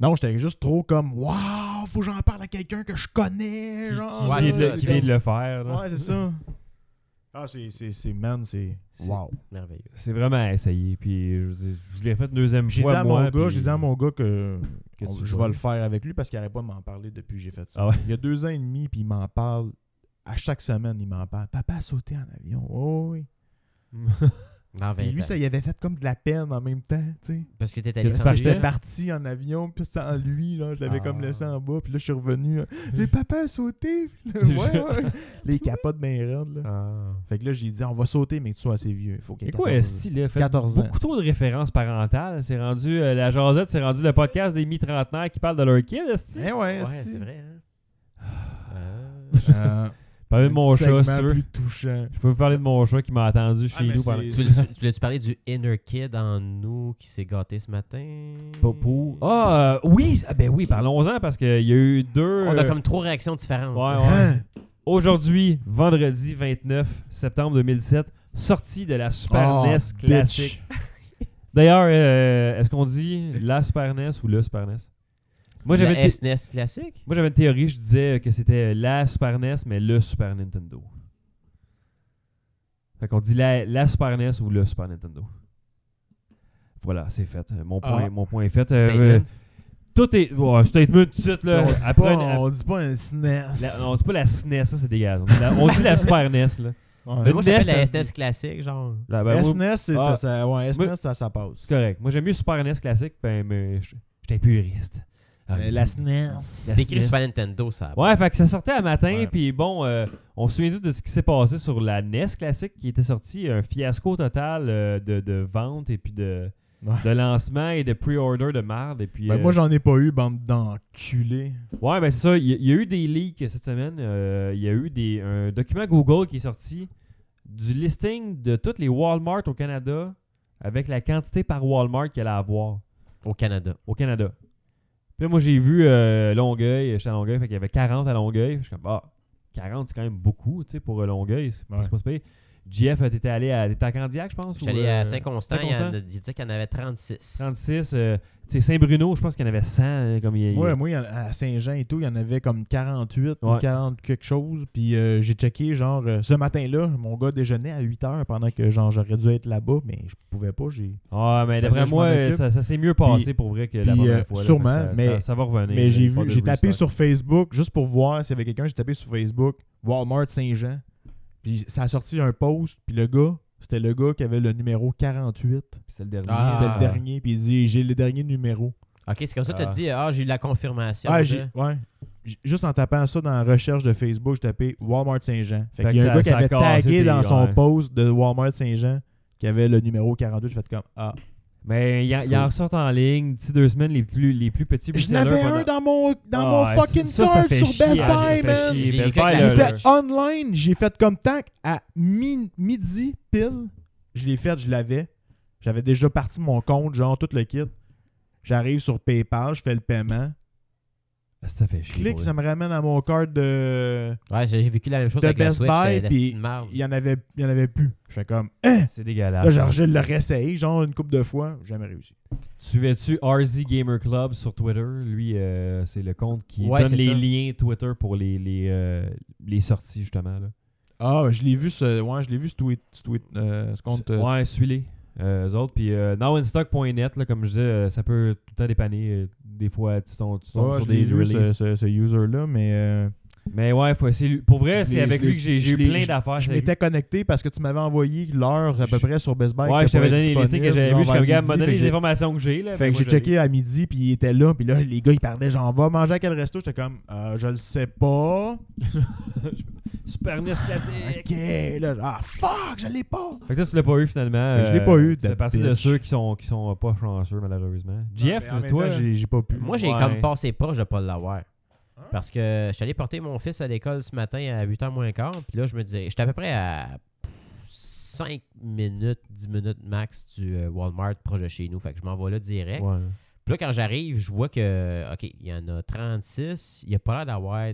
C: Non, j'étais juste trop comme, waouh, faut que j'en parle à quelqu'un que je connais, genre.
E: Qui vient
F: Ouais,
C: là,
E: de-
C: Ah, c'est
E: qui vient de
C: comme-
E: le faire, là.
C: Ouais, c'est ça. Ah, c'est, c'est, c'est, man, c'est.
F: C'est-
C: Wow.
F: Merveilleux.
E: C'est vraiment à essayer, puis je, veux dire, je l'ai fait une deuxième
C: J'ai dit
E: fois,
C: à mon
E: moi,
C: gars,
E: puis-
C: j'ai dit à mon gars que,
E: Que
C: on-
E: tu
C: je
E: vas-
C: vais le faire avec lui parce qu'il n'arrête pas de m'en parler depuis que j'ai fait ça.
E: Ah ouais?
C: Il y a deux ans et demi, puis il m'en parle. À chaque semaine, il m'en parle. Papa a sauté en avion. Oh, oui.
F: Dans 20
C: Puis lui,
F: ans.
C: ça y avait fait comme de la peine en même temps. tu sais.
F: Parce que t'es
E: Que
F: allé
E: tu
F: sans
E: partais.
C: J'étais
E: Hein?
C: parti en avion, puis sans lui, là, je l'avais
E: Ah.
C: comme laissé en bas. Puis là, je suis revenu. hein. Mais papa a sauté. Puis là, ouais, ouais. Les capotes bien raides. Là.
F: Ah.
C: Fait que là, j'ai dit, on va sauter, mais que tu sois assez vieux. Faut qu'il
E: C'est
C: ait
E: quoi,
C: 14 ans.
E: Esti, là? Fait
C: 14 ans.
E: beaucoup trop de références parentales. C'est rendu... euh, la Jazette, c'est rendu le podcast des mi-trentenaires qui parlent de leur kid, Esti.
C: Eh ouais,
F: Ouais,
C: esti.
F: c'est vrai, hein? Euh,
C: Euh,
E: Parler de mon
C: un
E: chat, si
C: segment
E: tu veux.
C: plus touchant.
E: Je peux vous parler de mon chat qui m'a attendu
C: Ah,
E: chez
C: mais
E: nous pendant...
C: c'est-
F: tu l'as- tu l'as-tu parlé du inner kid en nous qui s'est gâté ce matin?
E: Popo. Ah, euh, oui! ah, ben oui, parlons-en parce qu'il y a eu deux...
F: On a
E: euh,
F: comme trois réactions différentes.
E: Ouais, ouais.
C: Hein?
E: Aujourd'hui, vendredi 29 septembre 2007, sortie de la Super
C: Oh,
E: NES
C: bitch.
E: classique. D'ailleurs, euh, est-ce qu'on dit la Super NES ou le Super NES? Moi,
F: La
E: j'avais une thé-
F: SNES classique?
E: moi, j'avais une théorie, je disais que c'était la Super NES, mais le Super Nintendo. Fait qu'on dit la, la Super NES ou le Super Nintendo. Voilà, c'est fait. Mon point,
C: Ah.
E: mon point est fait. Euh, euh,
F: Statement?
E: tout est... Ouais, statement tout de suite, là.
C: on, dit
E: Après
C: pas,
E: une-
C: on dit pas un SNES.
E: la- non, on dit pas la SNES, ça c'est dégueulasse. On dit la, on dit la Super NES, là.
C: Ouais.
F: Mais moi,
E: NES,
F: j'appelle la
E: ça-
F: SNES classique, genre.
E: Là, ben, moi,
C: SNES, E c'est
E: Ah.
C: ça, ça, ouais, SNES,
E: Moi-
C: ça, ça passe.
E: c'est correct. Moi, j'aime mieux Super NES classique, ben, mais je- j'étais puriste. Ah,
C: Mais la E SNES.
E: la
F: C'est écrit
E: SNES.
F: sur la Nintendo, ça.
E: Ouais, fait que ça sortait à matin,
C: Ouais.
E: puis bon, euh, on se souvient tous de ce qui s'est passé sur la NES classique qui était sortie, un fiasco total euh, de, de vente et puis de,
C: Ouais.
E: de lancement et de pre-order de marde. Et puis,
C: Ben,
E: euh,
C: moi, j'en ai pas eu, bande d'enculés.
E: Ouais, ben c'est ça. Il y, a- il y a eu des leaks cette semaine. Euh, Il y a eu des, un document Google qui est sorti du listing de toutes les Walmart au Canada avec la quantité par Walmart qu'elle a à avoir
F: Au Canada.
E: au Canada. Puis là, moi, j'ai vu euh, Longueuil, j'étais à Longueuil, fait qu'il y avait 40 à Longueuil. Je suis comme, ah, 40, c'est quand même beaucoup, tu sais, pour euh, Longueuil. C'est
C: Ouais.
E: c'est pas si pire. JF, euh, t'étais allé à, t'étais à Candiac, je pense? ou,
F: J'allais
E: euh,
F: à Saint-Constant, il y en a-
E: Saint-Constant?
F: il disait qu'il y en avait 36.
E: 36. euh, tu sais, Saint-Bruno, je pense qu'il y en avait 100. hein, comme il, il-
C: Ouais, moi, il y en- à Saint-Jean et tout, il y en avait comme 48 ou
E: Ouais.
C: 40 quelque chose. Puis euh, j'ai checké, genre, euh, ce matin-là, mon gars déjeunait à 8 h pendant que, genre, j'aurais dû être là-bas, mais je pouvais pas. J'ai...
E: Ah, mais
C: Fait que
E: d'après
C: je
E: moi,
C: m'en
E: euh,
C: occupe.
E: ça, ça s'est mieux passé
C: Puis-
E: pour vrai que la
C: puis,
E: première
C: euh,
E: fois. là,
C: sûrement,
E: ça- ça,
C: mais-
E: ça va revenir.
C: Mais
E: là,
C: j'ai
E: une fois
C: vu,
E: de
C: j'ai tapé
E: restart.
C: sur Facebook, juste pour voir s'il y avait quelqu'un, j'ai tapé sur Facebook Walmart Saint-Jean. Puis ça a sorti un post, puis le gars, c'était le gars qui avait le numéro 48.
E: Puis C'est le dernier.
F: Ah.
C: C'était le dernier, puis il dit J'ai le dernier numéro.
F: Ok, c'est comme ça que tu
E: Ah.
F: dit Ah, j'ai eu la confirmation.
C: Ah,
F: là.
C: j'ai, ouais. J- Juste en tapant ça dans la recherche de Facebook, j'ai tapé Walmart Saint-Jean. Fait
E: Fait
C: qu'il y a
E: que ça-
C: un gars qui
E: ça
C: avait
E: a cassé
C: tagué
E: tes-
C: dans son
E: ouais.
C: post de Walmart Saint-Jean qui avait le numéro 42. J'ai fait comme Ah.
E: Mais il y en- il y en ressort en ligne, d'ici deux semaines, les plus, les plus petits.
C: J'en
E: resellers
C: avais
E: pendant-
C: un dans mon, dans
E: Ah,
C: mon
E: ouais,
C: fucking
E: ça, ça
C: cart
E: fait
C: sur
E: chier,
C: Best
E: hein,
C: Buy,
E: ça fait
C: man.
E: chier.
F: J'ai
E: Best
F: quelqu'un
E: Buy,
F: qui
E: là,
F: a-
C: C'était
E: là,
C: online. J'ai fait comme tac à mi- midi pile. Je l'ai fait, je l'avais. J'avais déjà parti mon compte, genre tout le kit. J'arrive sur PayPal, je fais le paiement.
E: Ça fait chier.
C: Clique,
E: pour
C: ça me ramène à mon card de.
F: Ouais, j'ai j'ai vécu la même chose
C: de
F: avec la
C: Best
F: Switch.
C: Buy,
F: euh, la
C: puis
F: petite marde.
C: il y en avait, il y en avait plus. Je fais comme,
E: vrai. C'est dégueulasse.
C: là, genre, je le réessayé, genre, une couple de fois, jamais réussi.
E: Suivais-tu RZ Gamer Club sur Twitter? Lui, euh, c'est le compte qui
F: Ouais,
E: donne
F: c'est
E: les
F: ça.
E: liens Twitter pour les, les, euh, les sorties, justement. Là.
C: Ah, ouais, je l'ai vu, ce, ouais, je l'ai vu ce tweet, ce tweet, euh, ce compte. euh,
E: Ouais, suis-les, euh, eux autres. Puis euh, nowinstock.net, là, comme je disais, euh, ça peut tout le temps dépanner. euh, des fois, tu tombes, tu tombes
C: ouais,
E: sur
C: je l'ai
E: des
C: vu, ce,
E: releases.
C: ce- ce user-là, mais. euh,
E: Mais ouais, faut essayer. Pour vrai,
C: je
E: c'est
C: l'ai-
E: avec
C: je l'ai-
E: lui que j'ai j'ai
C: je
E: eu
C: l'ai-
E: plein d'affaires.
C: Ah, Je
E: c'est avec
C: m'étais connecté parce que tu m'avais envoyé l'heure à peu
E: Je-
C: près sur Best Buy.
E: Ouais,
C: que
E: je t'avais
C: pas
E: donné les
C: disponible,
E: listes que j'avais
C: genre
E: vu. Je suis
C: vers
E: comme, gars, m'a
C: midi,
E: donné
C: fait que
E: les
C: j'ai-
E: informations que j'ai. là,
C: Fait que
E: moi,
C: j'ai
E: je
C: checké à midi, puis il était là, puis là, les gars, ils parlaient genre, va manger à quel resto? J'étais comme, Euh, je le sais pas.
E: l'ai- Super
C: E
E: NES classique.
C: Ok, là, ah, fuck, je l'ai pas.
E: Fait que toi, tu l'as pas eu finalement.
C: Fait que je l'ai
E: euh,
C: pas eu,
E: C'est
C: that
E: partie de
C: bitch.
E: ceux qui sont, qui sont euh, pas chanceux, malheureusement.
C: Non,
E: Jeff,
C: Ah, mais en même
E: toi.
C: temps, j'ai j'ai pas pu.
F: Moi, j'ai
E: Ouais.
F: comme passé proche de pas l'avoir. Parce que je suis allé porter mon fils à l'école ce matin à 8h moins quart. Puis là, je me disais, j'étais à peu près à 5 minutes, 10 minutes max du euh, Walmart proche de chez nous. Fait que je m'en vais là direct.
E: Ouais.
F: Puis là, quand j'arrive, je vois que, OK, il y en a 36. Il n'y a pas l'air d'avoir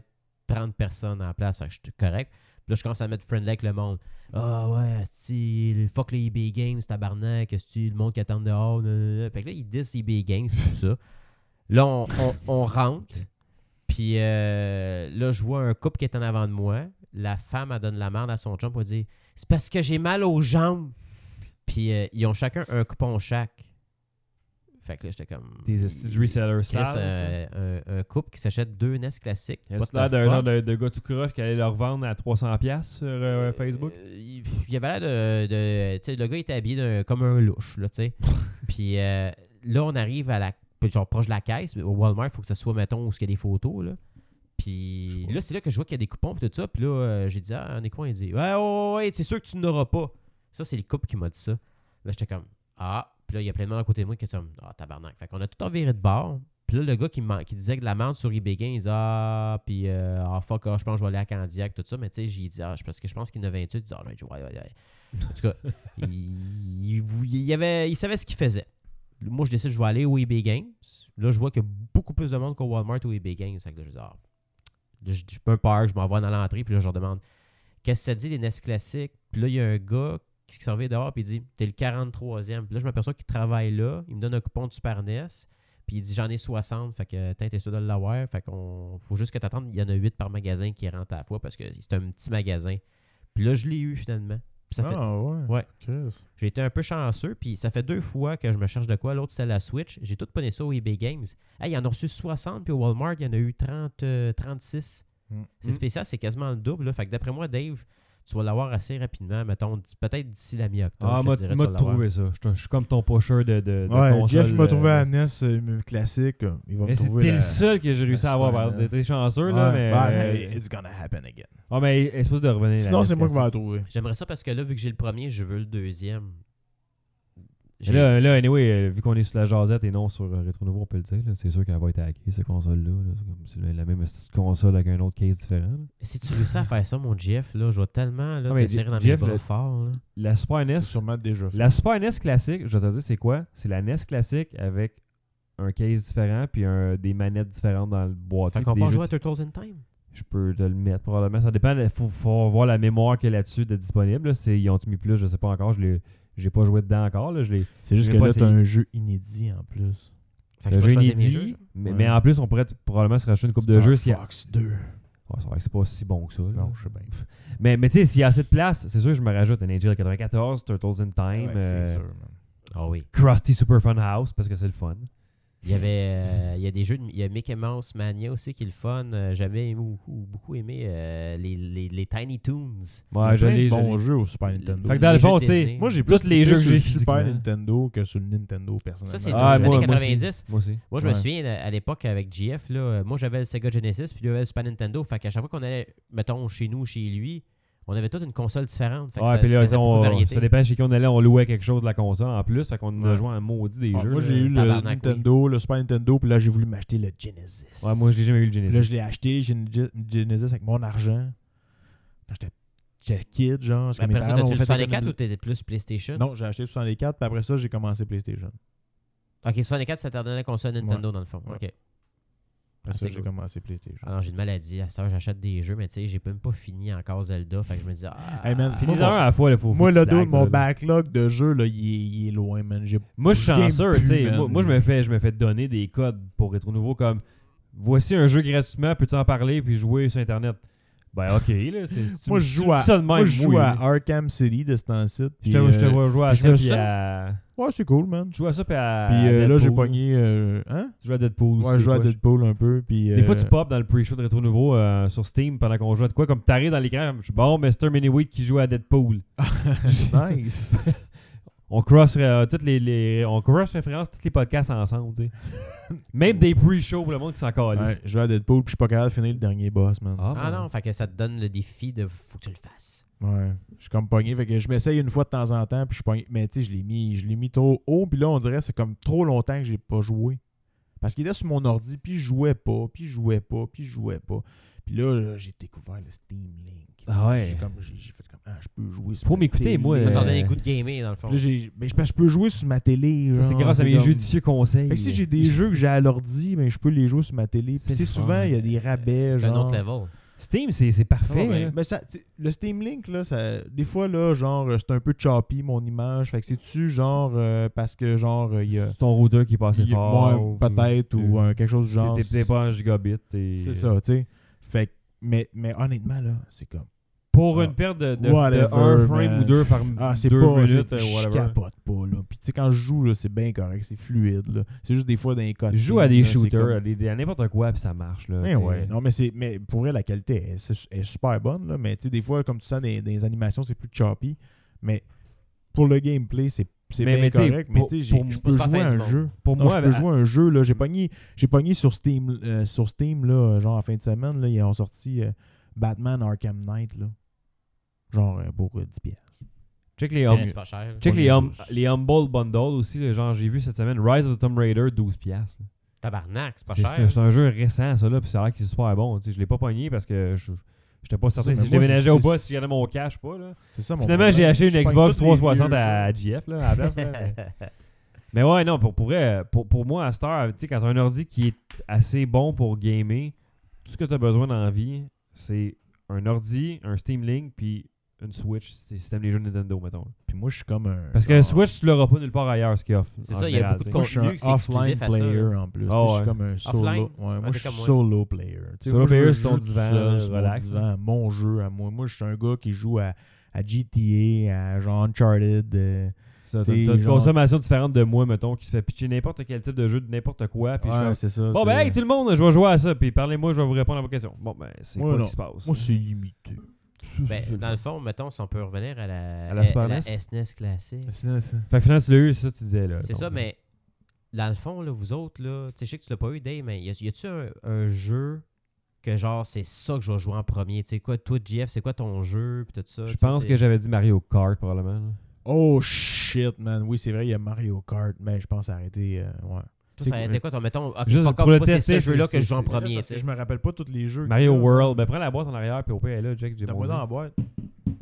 F: 30 personnes en place. Fait que je suis correct. Puis là, je commence à mettre friendly avec le monde. Ah ouais, asti, le- fuck les eBay Games, tabarnak, asti, le monde qui attend dehors. nan, nan, nan. Fait que là, ils disent eBay Games, tout ça. Là, on, on- on rentre. Puis euh, là, je vois un couple qui est en avant de moi. La femme, elle donne la merde à son chum pour dire C'est parce que j'ai mal aux jambes. Puis euh, ils ont chacun un coupon chaque. Fait que là, j'étais comme.
E: Des esti de resellers
F: Chris,
E: sales. ça.
F: euh, un, un couple qui s'achète deux NES classiques.
E: Y a
F: What
E: l'air
F: the
E: d'un
F: fuck?
E: genre de, de gars tout croche qui allait leur vendre à 300$ sur euh, Facebook?
F: Euh, il il avait l'air de. de- tu sais, le gars était habillé d'un- comme un louche, là, tu sais. Puis euh, là, on arrive à la. Genre proche de la caisse, au Walmart, il faut que ce soit, mettons, où il y a des photos, là. Puis là, c'est là que je vois qu'il y a des coupons, puis tout ça. Puis là, euh, j'ai dit, ah, on est quoi? Il dit, ouais, ouais, ouais, ouais, c'est sûr que tu n'auras pas. Ça, c'est le couple qui m'a dit ça. Là, j'étais comme, ah. Puis là, il y a plein de monde à côté de moi qui est comme, ah, tabarnak. Fait qu'on a tout enviré de bord. Puis là, le gars qui, m'en- qui disait que de la merde sur eBay Games, il dit Ah, puis euh, ah, fuck, ah, je pense que je vais aller à Candiac, tout ça. Mais tu sais, j'ai dit Ah, je- parce que je pense qu'il en a 28. Il dit Ah, là, j'ai- ouais, ouais, ouais. En tout cas, il, il, il avait, il savait ce qu'il faisait. Moi, je décide, je vais aller au eBay Games. Là, je vois qu'il y a beaucoup plus de monde qu'au Walmart ou eBay Games. Fait que là, je dis Ah, là, je, je peux peur, je m'en vais dans l'entrée. Puis là, je leur demande Qu'est-ce que ça dit des NES classiques Puis là, il y a un gars qui se servait dehors, puis il dit T'es le 43e. Puis là, je m'aperçois qu'il travaille là. Il me donne un coupon de Super NES. Puis il dit j'en ai 60, fait que t'as t'es sûr de l'avoir. Fait qu'on faut juste que t'attendes. Il y en a 8 par magasin qui rentrent à la fois parce que c'est un petit magasin. Puis là, je l'ai eu finalement. Puis ça fait-
C: Ah, ouais.
F: Ouais.
C: Chris.
F: J'ai été un peu chanceux. Puis ça fait deux fois que je me cherche de quoi. L'autre, c'était la Switch. J'ai tout ponné ça au eBay Games. Hey, ils en ont reçu 60, puis au Walmart, il y en a eu 30, euh, 36.
C: Mm.
F: C'est spécial, c'est quasiment le double. là. Fait que d'après moi, Dave, tu vas l'avoir assez rapidement. Mettons, d- peut-être d'ici la mi-octobre.
E: Ah,
F: je te
E: m'a
F: dirais, tu
E: m'a
F: vas l'avoir.
E: trouvé ça. Je te- Je suis comme ton pocheur de, de, de
C: Ouais,
E: console,
C: Jeff m'a trouvé
E: euh,
C: à NES euh, classique. euh, Il va
E: Mais
C: me
E: c'est
C: trouver.
E: t'es
C: la-
E: le seul que j'ai réussi à
C: la
E: avoir.
C: soirée,
E: par-
C: là.
E: T'es chanceux,
C: Ouais,
E: là, mais.
C: bah,
E: euh,
C: hey, it's gonna happen again.
E: Ah, mais elle est supposée de revenir. la E
C: Sinon, c'est moi qui vais
E: NES
C: la trouver.
F: J'aimerais ça parce que là, vu que j'ai le premier, je veux le deuxième.
E: classique. Là, là, anyway, euh, vu qu'on est sur la jasette et non sur euh, Retro Nouveau, on peut le dire. là, C'est sûr qu'elle va être hackée, cette console-là. là. C'est comme- C'est la même petite console avec un autre case différent. là.
F: Si tu réussis à faire ça, mon Jeff, là, je vais tellement là,
E: Ah, mais
F: te serrer dans
E: Jeff,
F: mes bras
E: le-
F: fort. là.
E: La Super NES,
C: C'est sûrement déjà fait.
E: E La Super NES classique, je vais te dire c'est quoi? C'est la NES classique avec un case différent puis un- des manettes différentes dans le boîtier.
F: Fait qu'on
E: puis
F: part
E: des
F: jouer à
E: jeux-
F: Turtles in Time.
E: Je peux te le mettre probablement. Ça dépend. Il faut, faut voir la mémoire qu'il y a là-dessus de disponible. là. C'est- Ils ont-tu mis plus Je sais pas encore. Je l'ai- j'ai pas joué dedans encore. là. Je l'ai-
C: C'est juste
E: Je
C: que
E: l'ai pas
C: là, t'as
E: essayé.
C: un jeu inédit en plus.
F: Fait que
E: le
F: je peux
E: jeu
F: choisir mes
E: inédit,
F: jeux, genre.
E: mais,
C: Ouais.
E: mais en plus, on pourrait t- probablement se rajouter une coupe de jeux. s'il y a-
C: Fox 2.
E: Ouais, c'est vrai que c'est pas si bon que ça. là.
C: Non, je sais bien.
E: Mais, mais tu sais, s'il y a assez de place, c'est sûr que je me rajoute un Angel 94, Turtles in Time,
C: Ouais,
E: euh,
C: c'est sûr, man.
F: Ah oui.
E: Krusty Super Fun House, parce que c'est le fun.
F: Il y avait euh, il y a des jeux de, il y a Mickey Mouse Mania aussi qui est le fun. Euh, J'avais aimé beaucoup, beaucoup aimé euh, les, les, les Tiny Toons.
E: Ouais,
C: Il y
E: je
C: a plein de
E: l'ai. je
C: bons
E: l'ai.
C: jeux au Super Nintendo.
E: Fait que dans
F: Les
E: le fond,
F: jeux
E: tu sais,
F: Disney.
C: Moi, j'ai
E: Tous
C: plus
E: les
C: cliqué
E: jeux que
C: sur
E: j'ai
C: le Super
E: physiquement.
C: Nintendo que sur le Nintendo, personnellement.
F: Ça, c'est
E: Ah,
F: dans les
E: moi-
F: années
E: moi
F: 90.
E: Moi aussi.
F: Moi, je
C: Ouais.
F: me souviens à à l'époque avec GF, là, euh, moi j'avais le Sega Genesis, puis lui avait le Super Nintendo. Fait qu'à chaque fois qu'on allait, mettons, chez nous, chez lui, on avait toute une console différente. Fait que
E: Ouais,
F: ça,
E: puis là,
F: faisait beaucoup de
C: euh,
E: on,
F: variété.
E: ça dépend chez qui on allait, on louait quelque chose de la console en plus. Fait qu'on a
C: Ouais.
E: joué un maudit des
C: Ah,
E: jeux.
C: moi,
E: là.
C: j'ai eu le
F: tabarnak, oui.
C: Nintendo, le Super Nintendo, puis là, j'ai voulu m'acheter le Genesis.
E: Ouais, moi, j'ai jamais eu le Genesis.
C: Là, je l'ai acheté, j'ai une Ge- une Genesis avec mon argent. Quand j'étais- j'étais kid, genre. parce que
F: Mais
C: mes
F: Après ça,
C: parents
F: t'as-tu
C: m'ont
F: le
C: fait
F: 64 ou
C: économiser-
F: t'étais plus PlayStation
C: Non, j'ai acheté le 64, puis après ça, j'ai commencé PlayStation.
F: Ok, 64, ça t'a donné la console Nintendo dans le fond.
C: Ouais.
F: Ok.
C: Après
F: Ah,
C: ça,
F: c'est
C: j'ai
F: cool.
C: commencé PlayStation.
E: Ah,
F: Alors j'ai une maladie, à cette heure j'achète des jeux, mais tu sais, j'ai même pas fini encore Zelda. Fait que je me dis, ah.
C: Hey, man,
E: Finis-en
C: moi,
E: un à la fois, là, faut.
C: Moi,
E: faut que
C: le
E: tu
C: dos de
E: slack,
C: mon
E: là.
C: backlog de jeux, là, il est, il est loin, man. J'ai-
E: Moi, je suis
C: Je game
E: chanceux,
C: plus,
E: tu sais.
C: man.
E: Moi, moi, je me fais, je me fais donner des codes pour Rétro Nouveau comme voici un jeu gratuitement, peux-tu en parler puis jouer sur Internet Ben, ok, là. c'est- si tu
C: Moi,
E: me-
C: je
E: si tu
C: joue
E: me dis
C: à,
E: ça de même,
C: moi, je joue
E: oui.
C: à Arkham City de ce temps-ci.
E: Je
C: puis,
E: te, je te
C: euh,
E: vois jouer à
C: puis je
E: ça,
C: me
E: puis
C: sens-
E: à.
C: Ouais, c'est cool, man.
E: Je joue à ça, puis à.
C: Puis euh, là,
E: Deadpool.
C: j'ai pogné. euh, hein?
E: Tu joues à Deadpool
C: Ouais,
E: aussi,
C: je joue à
E: des fois,
C: Deadpool un peu. Puis,
E: Des fois,
C: euh,
E: tu pop dans le pre-show de Rétro Nouveau euh, sur Steam pendant qu'on joue à de quoi. Comme t'arrives dans l'écran, je suis bon, Mr. Miniweed qui joue à Deadpool.
C: nice.
E: On cross, euh, toutes les, les- on cross référence tous les podcasts ensemble, tu sais. Même des pre-shows pour le monde qui s'en calisse.
C: Ouais, je joue à Deadpool, puis je suis pas capable de finir le dernier boss, man.
F: Ah
E: bon.
F: non, fait que ça te donne le défi de faut que tu le fasses.
C: Ouais. Je suis comme pogné. Fait que je m'essaye une fois de temps en temps, puis je suis pogné. Mais tu sais, je l'ai mis, je l'ai mis trop haut, puis là, on dirait que c'est comme trop longtemps que j'ai pas joué. Parce qu'il était sur mon ordi, puis je jouais pas, puis je jouais pas, puis je jouais pas. Puis là, là, j'ai découvert le Steam Link.
E: Ah ouais.
C: J'ai comme- J'ai j'ai fait comme, ah, je peux jouer sur
E: Faut
C: ma
E: m'écouter,
C: télé.
E: moi,
F: Ça
E: Euh,
F: t'en donne les goûts de gamer dans le fond.
C: Puis là, j'ai- ben, je parce que je peux jouer sur ma télé.
E: Ça, c'est
C: genre,
E: grâce à mes
C: comme-
E: judicieux conseils.
C: Fait que si j'ai des jeux que j'ai à l'ordi, ben, je peux les jouer sur ma télé.
E: C'est
C: Puis c'est
E: le fun.
C: souvent, il y a des rabais.
F: C'est un
C: genre.
F: autre level.
E: Steam, c'est c'est parfait.
C: Ouais,
F: Ah,
C: ben,
E: hein.
C: mais ça, tu sais, le Steam Link, là, ça, des fois, là, genre, euh, c'est un peu choppy mon image. Fait que c'est-tu, genre, euh, parce que, genre, euh, il y a.
E: Ah, C'est ton routeur qui passe
C: il y a-
E: fort.
C: ouais, peut-être, ou euh, quelque chose du genre.
E: T'es peut-être pas en gigabit. t'es-
C: C'est ça, tu sais. Fait que- mais, mais honnêtement, là, c'est comme.
E: Pour
C: Ah.
E: une perte de, de- de
C: Whatever,
E: un frame
C: man.
E: ou deux par
C: Ah, c'est pas.
E: deux minutes,
C: c'est-
E: euh,
C: je
E: whatever.
C: capote pas, là. Puis, tu sais, quand je joue, là, c'est bien correct, c'est fluide, là. C'est juste des fois dans les côtés,
E: Je joue à des
C: là, c'est
E: shooters,
C: comme-
E: à, des- à n'importe quoi, puis ça marche. Là,
C: Mais
E: t'sais.
C: ouais, non, mais c'est. Mais pour vrai, la qualité est, c'est- est super bonne, là. Mais tu sais, des fois, comme tu sens des, des animations, c'est plus choppy. Mais pour le gameplay, c'est c'est
E: Mais-
C: bien
E: mais tu sais,
C: correct. Mais
E: pour-
C: tu sais, j'ai-
E: pour-
C: je
F: pour
C: peux
F: se faire
C: jouer à
F: faire du
C: un
F: monde.
C: jeu.
E: Pour
C: Non,
E: moi,
C: je peux
E: à-
C: jouer à un jeu,
E: ben.
C: là. J'ai pogné, j'ai pogné sur Steam, euh, sur Steam, là, genre en fin de semaine, là, ils ont sorti euh, Batman Arkham Knight, là. Genre euh, pour euh, 10 piastres.
E: check les, hum-
F: C'est pas cher.
E: check
C: on
E: les,
C: est
E: hum-
C: tous.
E: les Humble Bundle aussi. là, genre, j'ai vu cette semaine Rise of the Tomb Raider, 12$. piastres.
F: Tabarnak, c'est pas
E: C'est
F: cher.
E: c'est un, c'est un jeu récent, ça, là, puis ça a l'air qu'il est super bon. t'sais. Je l'ai pas pogné parce que je j'étais pas certain
C: mais
E: si je
C: moi,
E: déménageais
C: c'est-
E: ou pas,
C: c'est-
E: si j'avais mon cash ou pas. Là.
C: C'est ça mon
E: Finalement,
C: problème.
E: j'ai acheté une
C: Je pogne
E: Xbox
C: tous les
E: 360
C: vieux,
E: à,
C: ça.
E: GF, là, à la place. là, mais- Mais ouais, non, pour, pour, vrai, pour, pour moi, à cette heure, tu sais, quand t'as un ordi qui est assez bon pour gamer, tout ce que t'as besoin dans la vie, c'est un ordi, un Steam Link, puis une Switch, si si t'aimes les jeux Nintendo, mettons.
C: Puis moi, je suis comme un.
E: Parce que
C: genre-
E: Switch, tu l'auras pas nulle part ailleurs, ce qu'il offre.
F: C'est
E: en
F: ça, il y a
E: général,
F: beaucoup
E: tu
F: de
E: sais.
C: Moi, je suis
F: contenu, c'est
C: un offline
F: exclusif à ça, là.
C: player en plus. Tu sais,
E: Ah
C: Je
E: ouais. Ah,
C: suis comme un solo.
F: Offline?
C: ouais, moi,
F: Ouais,
C: je suis
F: comme moi.
C: solo player. Tu sais,
E: Solo
C: moi, je
E: player,
C: joue
E: c'est ton
C: tout
E: divan,
C: seul,
E: là,
C: sur mon
E: relax,
C: divan, mon jeu à moi. Moi, je suis un gars qui joue à, à GTA, à genre Uncharted. euh,
E: Ça,
C: T'sais,
E: T'as t'as une
C: genre-
E: consommation différente de moi, mettons, qui se fait pitcher n'importe quel type de jeu, de n'importe quoi. Puis je
C: ouais,
E: suis
C: c'est ça.
E: comme, bon, ben,
C: c'est-
E: hey, tout le monde, je vais jouer à ça, puis parlez-moi, je vais vous répondre à vos questions. Bon, ben, c'est
C: Ouais,
E: quoi
C: non.
E: qui se passe?
C: Moi, c'est limité.
F: Ben, dans le fond, mettons, si on peut revenir à la,
E: À la Super NES?
F: SNES classique.
C: C'est- c'est-
E: Fait que finalement, tu l'as eu, c'est ça que tu disais, là. ben,
F: C'est
E: Donc,
F: ça, mais dans le fond, là, vous autres, là, tu sais, je sais que tu l'as pas eu, Dave, mais y a- y a-tu un, un jeu que genre, c'est ça que je vais jouer en premier? Tu sais quoi, toi, Jeff, c'est quoi ton jeu? Puis tout ça.
E: Je
F: tu sais,
E: pense
F: c'est-
E: que j'avais dit Mario Kart, probablement. là.
C: Oh shit, man. Oui, c'est vrai, il y a Mario Kart. Mais je pense arrêter. euh, ouais.
F: Toi, ça était quoi ton. Mettons, ok,
E: Juste
F: fuck
E: pour
F: off,
E: le
F: moi, c'est
E: tester,
F: ce jeu-là
E: c'est-
F: que je joue en
E: c'est-
F: premier.
C: Parce
F: tu
C: que
F: sais.
C: je me rappelle pas tous les jeux.
E: Mario
C: qu'il y a.
E: World. Ben, prends la boîte en arrière, puis au pire, elle est là, Jack, j'ai
C: euh, T'as
E: bon
C: pas
E: dit.
C: dans la boîte.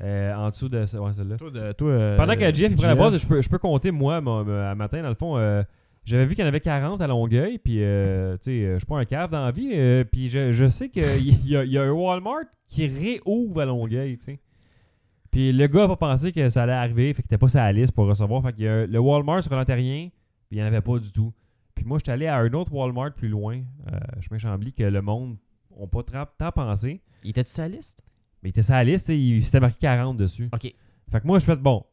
E: Euh, En dessous de ce- ouais, celle-là.
C: Toi, de- toi, euh,
E: Pendant que Jeff il prend la
C: Jeff,
E: boîte, je peux, je peux compter, moi, mon- mon- à matin, dans le fond, euh, J'avais vu qu'il y en avait 40 à Longueuil, puis euh, tu sais, euh, je suis pas un cave dans la vie, euh, puis je, je sais qu'il y, a- il y a un Walmart qui réouvre à Longueuil, tu sais. Puis le gars a pas pensé que ça allait arriver, fait qu'il était pas sur la liste pour recevoir, fait qu'il y a le Walmart sur l'Ontarien, puis il y en avait pas du tout. Puis moi, j'étais allé à un autre Walmart plus loin, euh, chemin Chambly, que le monde n'a pas tra- tant pensé,
F: Il était-tu sa liste?
E: mais il était sur la liste, tu sais, il s'était marqué 40 dessus.
F: OK.
E: Fait que moi, je fais bon,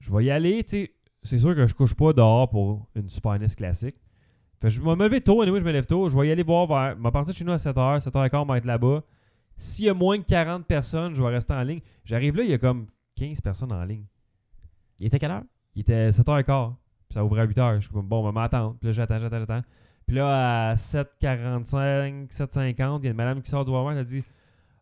E: je vais y aller, tu sais. C'est sûr que je couche pas dehors pour une Super NES classique. Fait que je vais me lever tôt, anyway, je me lève tôt. Je vais y aller voir vers. Ma partie de chez nous à 7h, 7h15, on va être là-bas. S'il y a moins de 40 personnes, je vais rester en ligne. J'arrive là, il y a comme 15 personnes en ligne.
F: Il était quelle heure?
E: Il était 7h15. Puis ça ouvrait à 8h. Je suis comme, bon, on va m'attendre. Puis là, j'attends, j'attends, j'attends. Puis là, à 7h45, 7h50, il y a une madame qui sort du Walmart. Elle dit,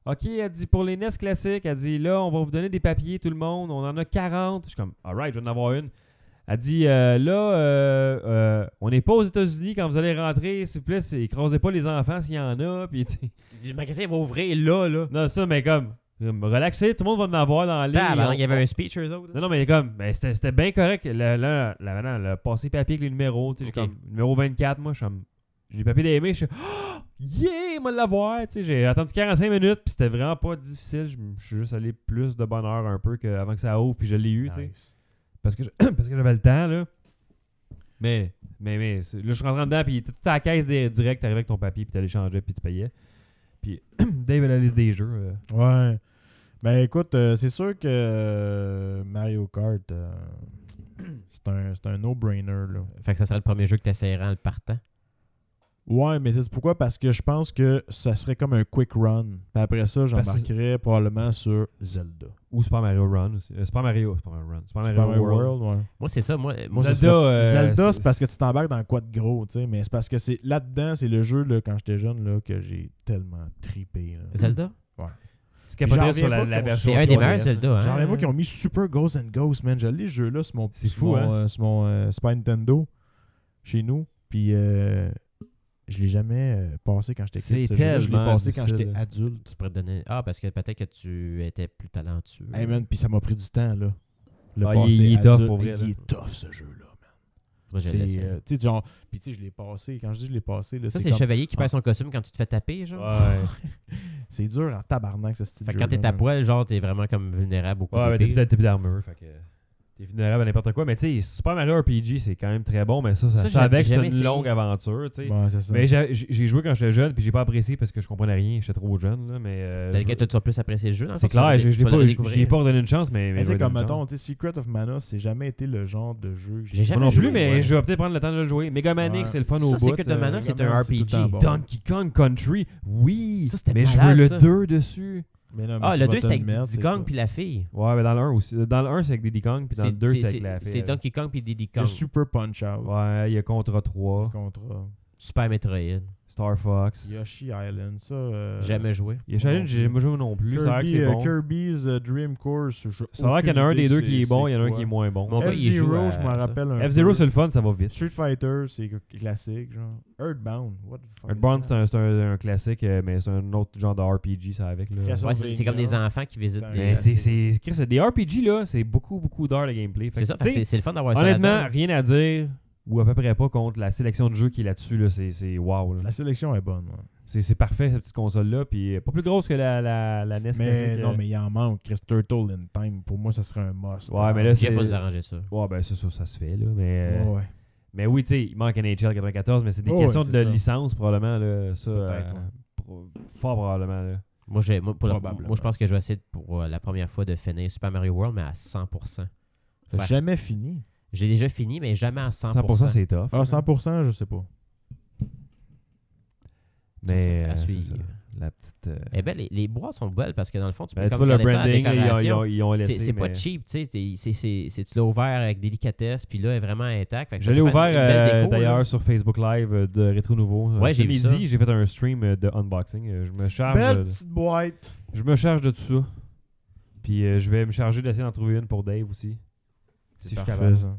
E: OK, elle dit, pour les NES classiques, elle dit, là, on va vous donner des papiers, tout le monde. On en a 40. Je suis comme, all right, je vais en avoir une. Elle dit, euh, là, euh, euh, on n'est pas aux États-Unis. Quand vous allez rentrer, s'il vous plaît, c'est- écrasez pas les enfants s'il y en a. Puis, tu sais,
F: Le magasin va ouvrir là, là.
E: non, ça, mais comme, comme, relaxez, tout le monde va en avoir dans la ligne.
F: Tabarnak, il y
E: On-
F: avait un speech, eux autres. là.
E: non, non, mais comme, ben, c'était c'était bien correct. Là, là, là, maintenant, le passé papier avec les numéros, tu sais, j'ai
F: Ok.
E: comme numéro 24, moi, je suis comme- j'ai les papiers d'aimer, je suis oh, yeah, moi l'avoir, tu sais, j'ai attendu 45 minutes, puis c'était vraiment pas difficile, je je suis juste allé plus de bonne heure un peu que- avant que ça ouvre, puis je l'ai eu, tu sais,
C: Nice.
E: parce que je- parce que j'avais le temps, là. Mais, mais, mais, c'est- là, je suis rentré dedans, puis il était tout à la caisse des- direct, t'arrivais avec ton papier, puis t'allais changer, puis tu payais. Puis, Dave a la liste des jeux. euh.
C: Ouais. Ben écoute, euh, c'est sûr que euh, Mario Kart, euh, c'est un, c'est un no-brainer. là.
F: Fait que ça serait le premier jeu que t'essayerais en le partant.
C: Ouais, mais c'est pourquoi? Parce que je pense que ça serait comme un quick run. Puis après ça, j'embarquerais probablement sur Zelda.
E: Ou Super Mario Run aussi. Euh, Super Mario, Super Mario Run. Super Mario,
C: Super Mario
E: World.
C: World, ouais.
F: Moi, c'est ça. Moi, moi c'est
E: Zelda, euh,
C: Zelda, c'est parce que tu t'embarques dans quoi de gros, tu sais. Mais c'est parce que c'est là-dedans, c'est le jeu, là, quand j'étais jeune, là, que j'ai tellement tripé. là.
F: Zelda?
E: Tu capotais
C: J'en
E: sur la,
C: reviens pas
E: la
C: qu'on
E: version.
F: C'est un des
E: sur
F: meilleurs
E: 3DS.
F: Zelda, hein?
C: J'en reviens pas qu'ils ont mis Super Ghosts and Ghosts, man. Je l'ai, ce jeu-là, sur mon,
E: C'est
C: sur
E: fou,
C: mon,
E: hein?
C: euh, sur mon euh, Super Nintendo, chez nous. Puis euh, je l'ai jamais euh, passé quand j'étais
E: C'est
C: kid, ce jeu-là. Je l'ai
E: tellement
C: passé quand
E: difficile.
C: j'étais adulte.
F: Tu pourrais te donner. Ah, parce que peut-être que tu étais plus talentueux.
C: Hey, man, puis ça m'a pris du temps, là. Le
E: Ah, il-
C: passé
E: il est tough,
C: adulte.
E: pour vrai,
C: Hey,
E: là.
C: Il est tough, ce jeu-là.
F: Faudrait que je
C: C'est,
F: l'essaye.
C: euh, tu sais, genre, puis tu sais, je l'ai passé. Quand je dis je l'ai passé, là,
F: ça,
C: c'est
F: c'est le
C: comme- Ah,
F: chevalier qui perd son costume quand tu te fais taper, genre.
E: Ouais.
C: c'est dur en tabarnak, ce style
F: Fait
C: de
F: que quand
C: jeu-là,
F: t'es à
C: man.
F: poil, genre, t'es vraiment comme vulnérable au coup
E: Ouais, mais t'as
F: d'épée.
E: plus, t'as plus d'armure. Fait que t'es vulnérable à n'importe quoi. Mais tu sais, Super Mario RPG, c'est quand même très bon. Mais ça, ça,
F: Ça,
E: je savais
F: j'ai
E: que
F: jamais
E: c'était une
F: essayé.
E: longue aventure. tu sais.
C: Ouais, c'est ça.
E: Mais j'ai j'ai joué quand j'étais jeune, puis j'ai pas apprécié parce que je comprenais rien. J'étais trop jeune. Là, mais euh,
F: T'as
E: je-
F: le t'as toujours plus apprécié le jeu. dans le
E: c'est
F: sens
E: clair,
F: que tu
E: je- je l'ai
F: vas le
E: pas- je-
F: redécouvrir.
E: j'y ai pas redonné une chance. Mais, mais
C: Mais tu
E: je vais
C: sais, comme
E: donner une
C: mettons,
E: chance.
C: tu sais, Secret of Mana, c'est jamais été le genre de jeu que
F: J'ai
C: j'ai
F: jamais
E: Moi non
F: joué,
E: plus, mais
F: ouais.
E: je vais peut-être prendre le temps de le jouer. Mega Man
C: Ouais.
E: X, c'est le fun au
F: Ça,
E: bout.
F: c'est que de Mana,
E: euh,
F: c'est
C: Mega
F: un
C: Man, c'est tout le temps
F: RPG.
C: bon.
E: Donkey Kong Country, oui.
F: Ça, c'était
E: Mais je veux
F: malade,
E: le
F: ça.
E: 2 dessus.
C: Mais non, mais
F: Ah,
C: tu
F: le
C: vas
F: 2,
C: te
F: c'était avec
C: mettre,
F: Diddy
C: c'est
F: Kong
C: ça.
F: puis la fille.
E: Ouais, mais dans le 1 aussi. Dans le 1, c'est avec Diddy Kong, puis dans le 2, c'est avec la
F: C'est
E: fille. euh,
F: Donkey Kong puis Diddy
C: Le
F: Kong.
C: Super Punch Out.
E: Ouais, il y a Contra 3,
C: Contre euh,
F: Super Metroid.
E: Star Fox.
C: Yoshi Island, ça. euh,
F: Jamais joué.
E: Il y a Challenge, j'ai jamais joué non plus. Ça a l'air que
C: Kirby,
E: c'est
C: euh,
E: bon.
C: Kirby's euh, Dream Course. je-
E: Ça a l'air qu'il y en a un
C: aucune
E: des
C: idée
E: deux
C: que
E: qui est
C: c'est-
E: bon, il y en a un
C: c'est
E: qui est
C: quoi.
E: moins bon.
F: Mon gars, il joue
C: F-Zero,
F: à
C: je
F: ça.
C: m'en rappelle un
E: F-Zero,
C: peu.
E: c'est le fun, ça va vite.
C: Street Fighter, c'est classique, genre. Earthbound, what the fuck.
E: Earthbound, c'est un, c'est un- un classique, euh, mais c'est un autre genre de RPG, ça avec. Là.
C: Castle-
F: Ouais, c'est c'est comme des enfants qui visitent
C: Putain,
E: Mais
F: des.
E: c'est- c'est Chris, c'est des RPG, là, c'est beaucoup, beaucoup d'heures de gameplay. Fait
F: C'est
E: que,
F: ça, fait
E: tu
F: que
E: sais,
F: c'est c'est le fun d'avoir ça.
E: Honnêtement,
F: là-dedans.
E: rien à dire, ou à peu près pas, contre la sélection de jeux qui est là-dessus. Là, c'est- c'est wow. là.
C: La sélection est bonne, ouais.
E: C'est c'est parfait, cette petite console-là. Puis euh, pas plus grosse que la, la, la NES
C: Mais
E: classique,
C: non,
E: euh.
C: mais il en manque. Chris Turtle in Time, pour moi, ça serait un must.
E: Ouais, mais là, c'est.
F: Jeff va nous arranger ça.
E: Ouais, ben c'est ça, ça se fait, là. Mais. euh,
C: Ouais, ouais.
E: Mais oui, tu sais, il manque NHL 94, mais c'est des
C: Oh,
E: questions
C: ouais, c'est
E: de
C: ça.
E: licence, probablement, là, ça.
C: Peut-être,
E: euh,
C: ouais.
E: pro- fort probablement, là.
F: Moi, j'ai- moi, pour la-
C: Probablement.
F: moi, je pense que je vais essayer de- pour euh, la première fois de finir Super Mario World, mais à 100%.
C: T'as
F: Fait-
C: jamais fini.
F: J'ai déjà fini, mais jamais à 100%.
E: 100%, c'est tough.
C: Ah, 100%, je sais pas.
E: mais.
F: c'est à
E: euh, c'est
F: suivre.
E: ça. La petite. euh,
F: Eh ben, les, les boîtes sont belles parce que dans le fond, tu peux
E: ben, tu vois,
F: comme
E: le
F: garder ça à la
E: branding, là, ils ont- ils
F: décoration.
E: ont, ils ont laissé.
F: C'est c'est pas
E: mais-
F: cheap, tu sais. c'est- c'est- c'est- c'est- Tu l'as ouvert avec délicatesse, puis là, elle est vraiment intact. Fait que ça
E: Je l'ai
F: peut
E: ouvert
F: faire une belle
E: euh,
F: déco, là.
E: d'ailleurs sur Facebook Live euh, de Rétro Nouveau. Euh,
F: Ouais, j'ai
E: ce
F: vu ça.
E: midi, j'ai fait un stream euh, de unboxing. Euh, Je me charge.
C: Belle
E: euh,
C: petite boîte.
E: Je me charge de tout ça. Puis euh, je vais me charger d'essayer d'en trouver une pour Dave aussi. Si je suis capable.
C: ça.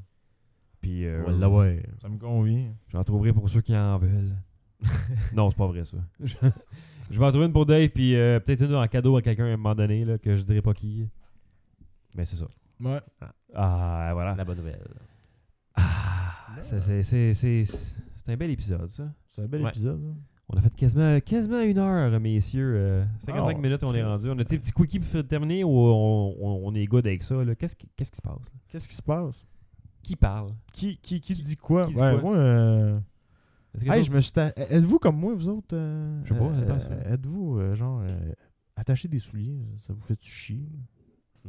E: Puis euh,
F: Voilà, ouais.
C: Ça me convient.
E: j'en trouverai pour ceux qui en veulent. non, c'est pas vrai ça. Je, je vais en trouver une pour Dave, puis euh, peut-être une en cadeau à quelqu'un à un moment donné, là, que je dirai pas qui. Mais c'est ça.
C: Ouais.
E: Ah, voilà.
F: La bonne nouvelle.
C: Ah,
E: C'est- c'est- C'est c'est- c'est un bel épisode, ça.
C: C'est un bel
F: Ouais.
C: épisode. hein. là.
E: On a fait quasiment, quasiment une heure, messieurs. Euh, 55
C: Ah,
E: minutes, on est
C: c'est-
E: rendu. On a des petits quickies pour terminer ou on, on- on est good avec ça? là? Qu'est-ce qui, qu'est-ce qui se passe? là?
C: Qu'est-ce qui se passe?
E: Qui parle?
C: Qui, qui, qui dit quoi?
E: qui dit
C: Ouais,
E: quoi?
C: Moi, euh,
E: Est-ce que
C: hey,
E: ça-
C: je me suis ta- Êtes-vous comme moi, vous autres? euh,
E: Je sais pas,
C: euh,
E: je pense,
C: euh,
E: ouais.
C: Êtes-vous, euh, genre, euh, attaché des souliers? Ça vous fait chier?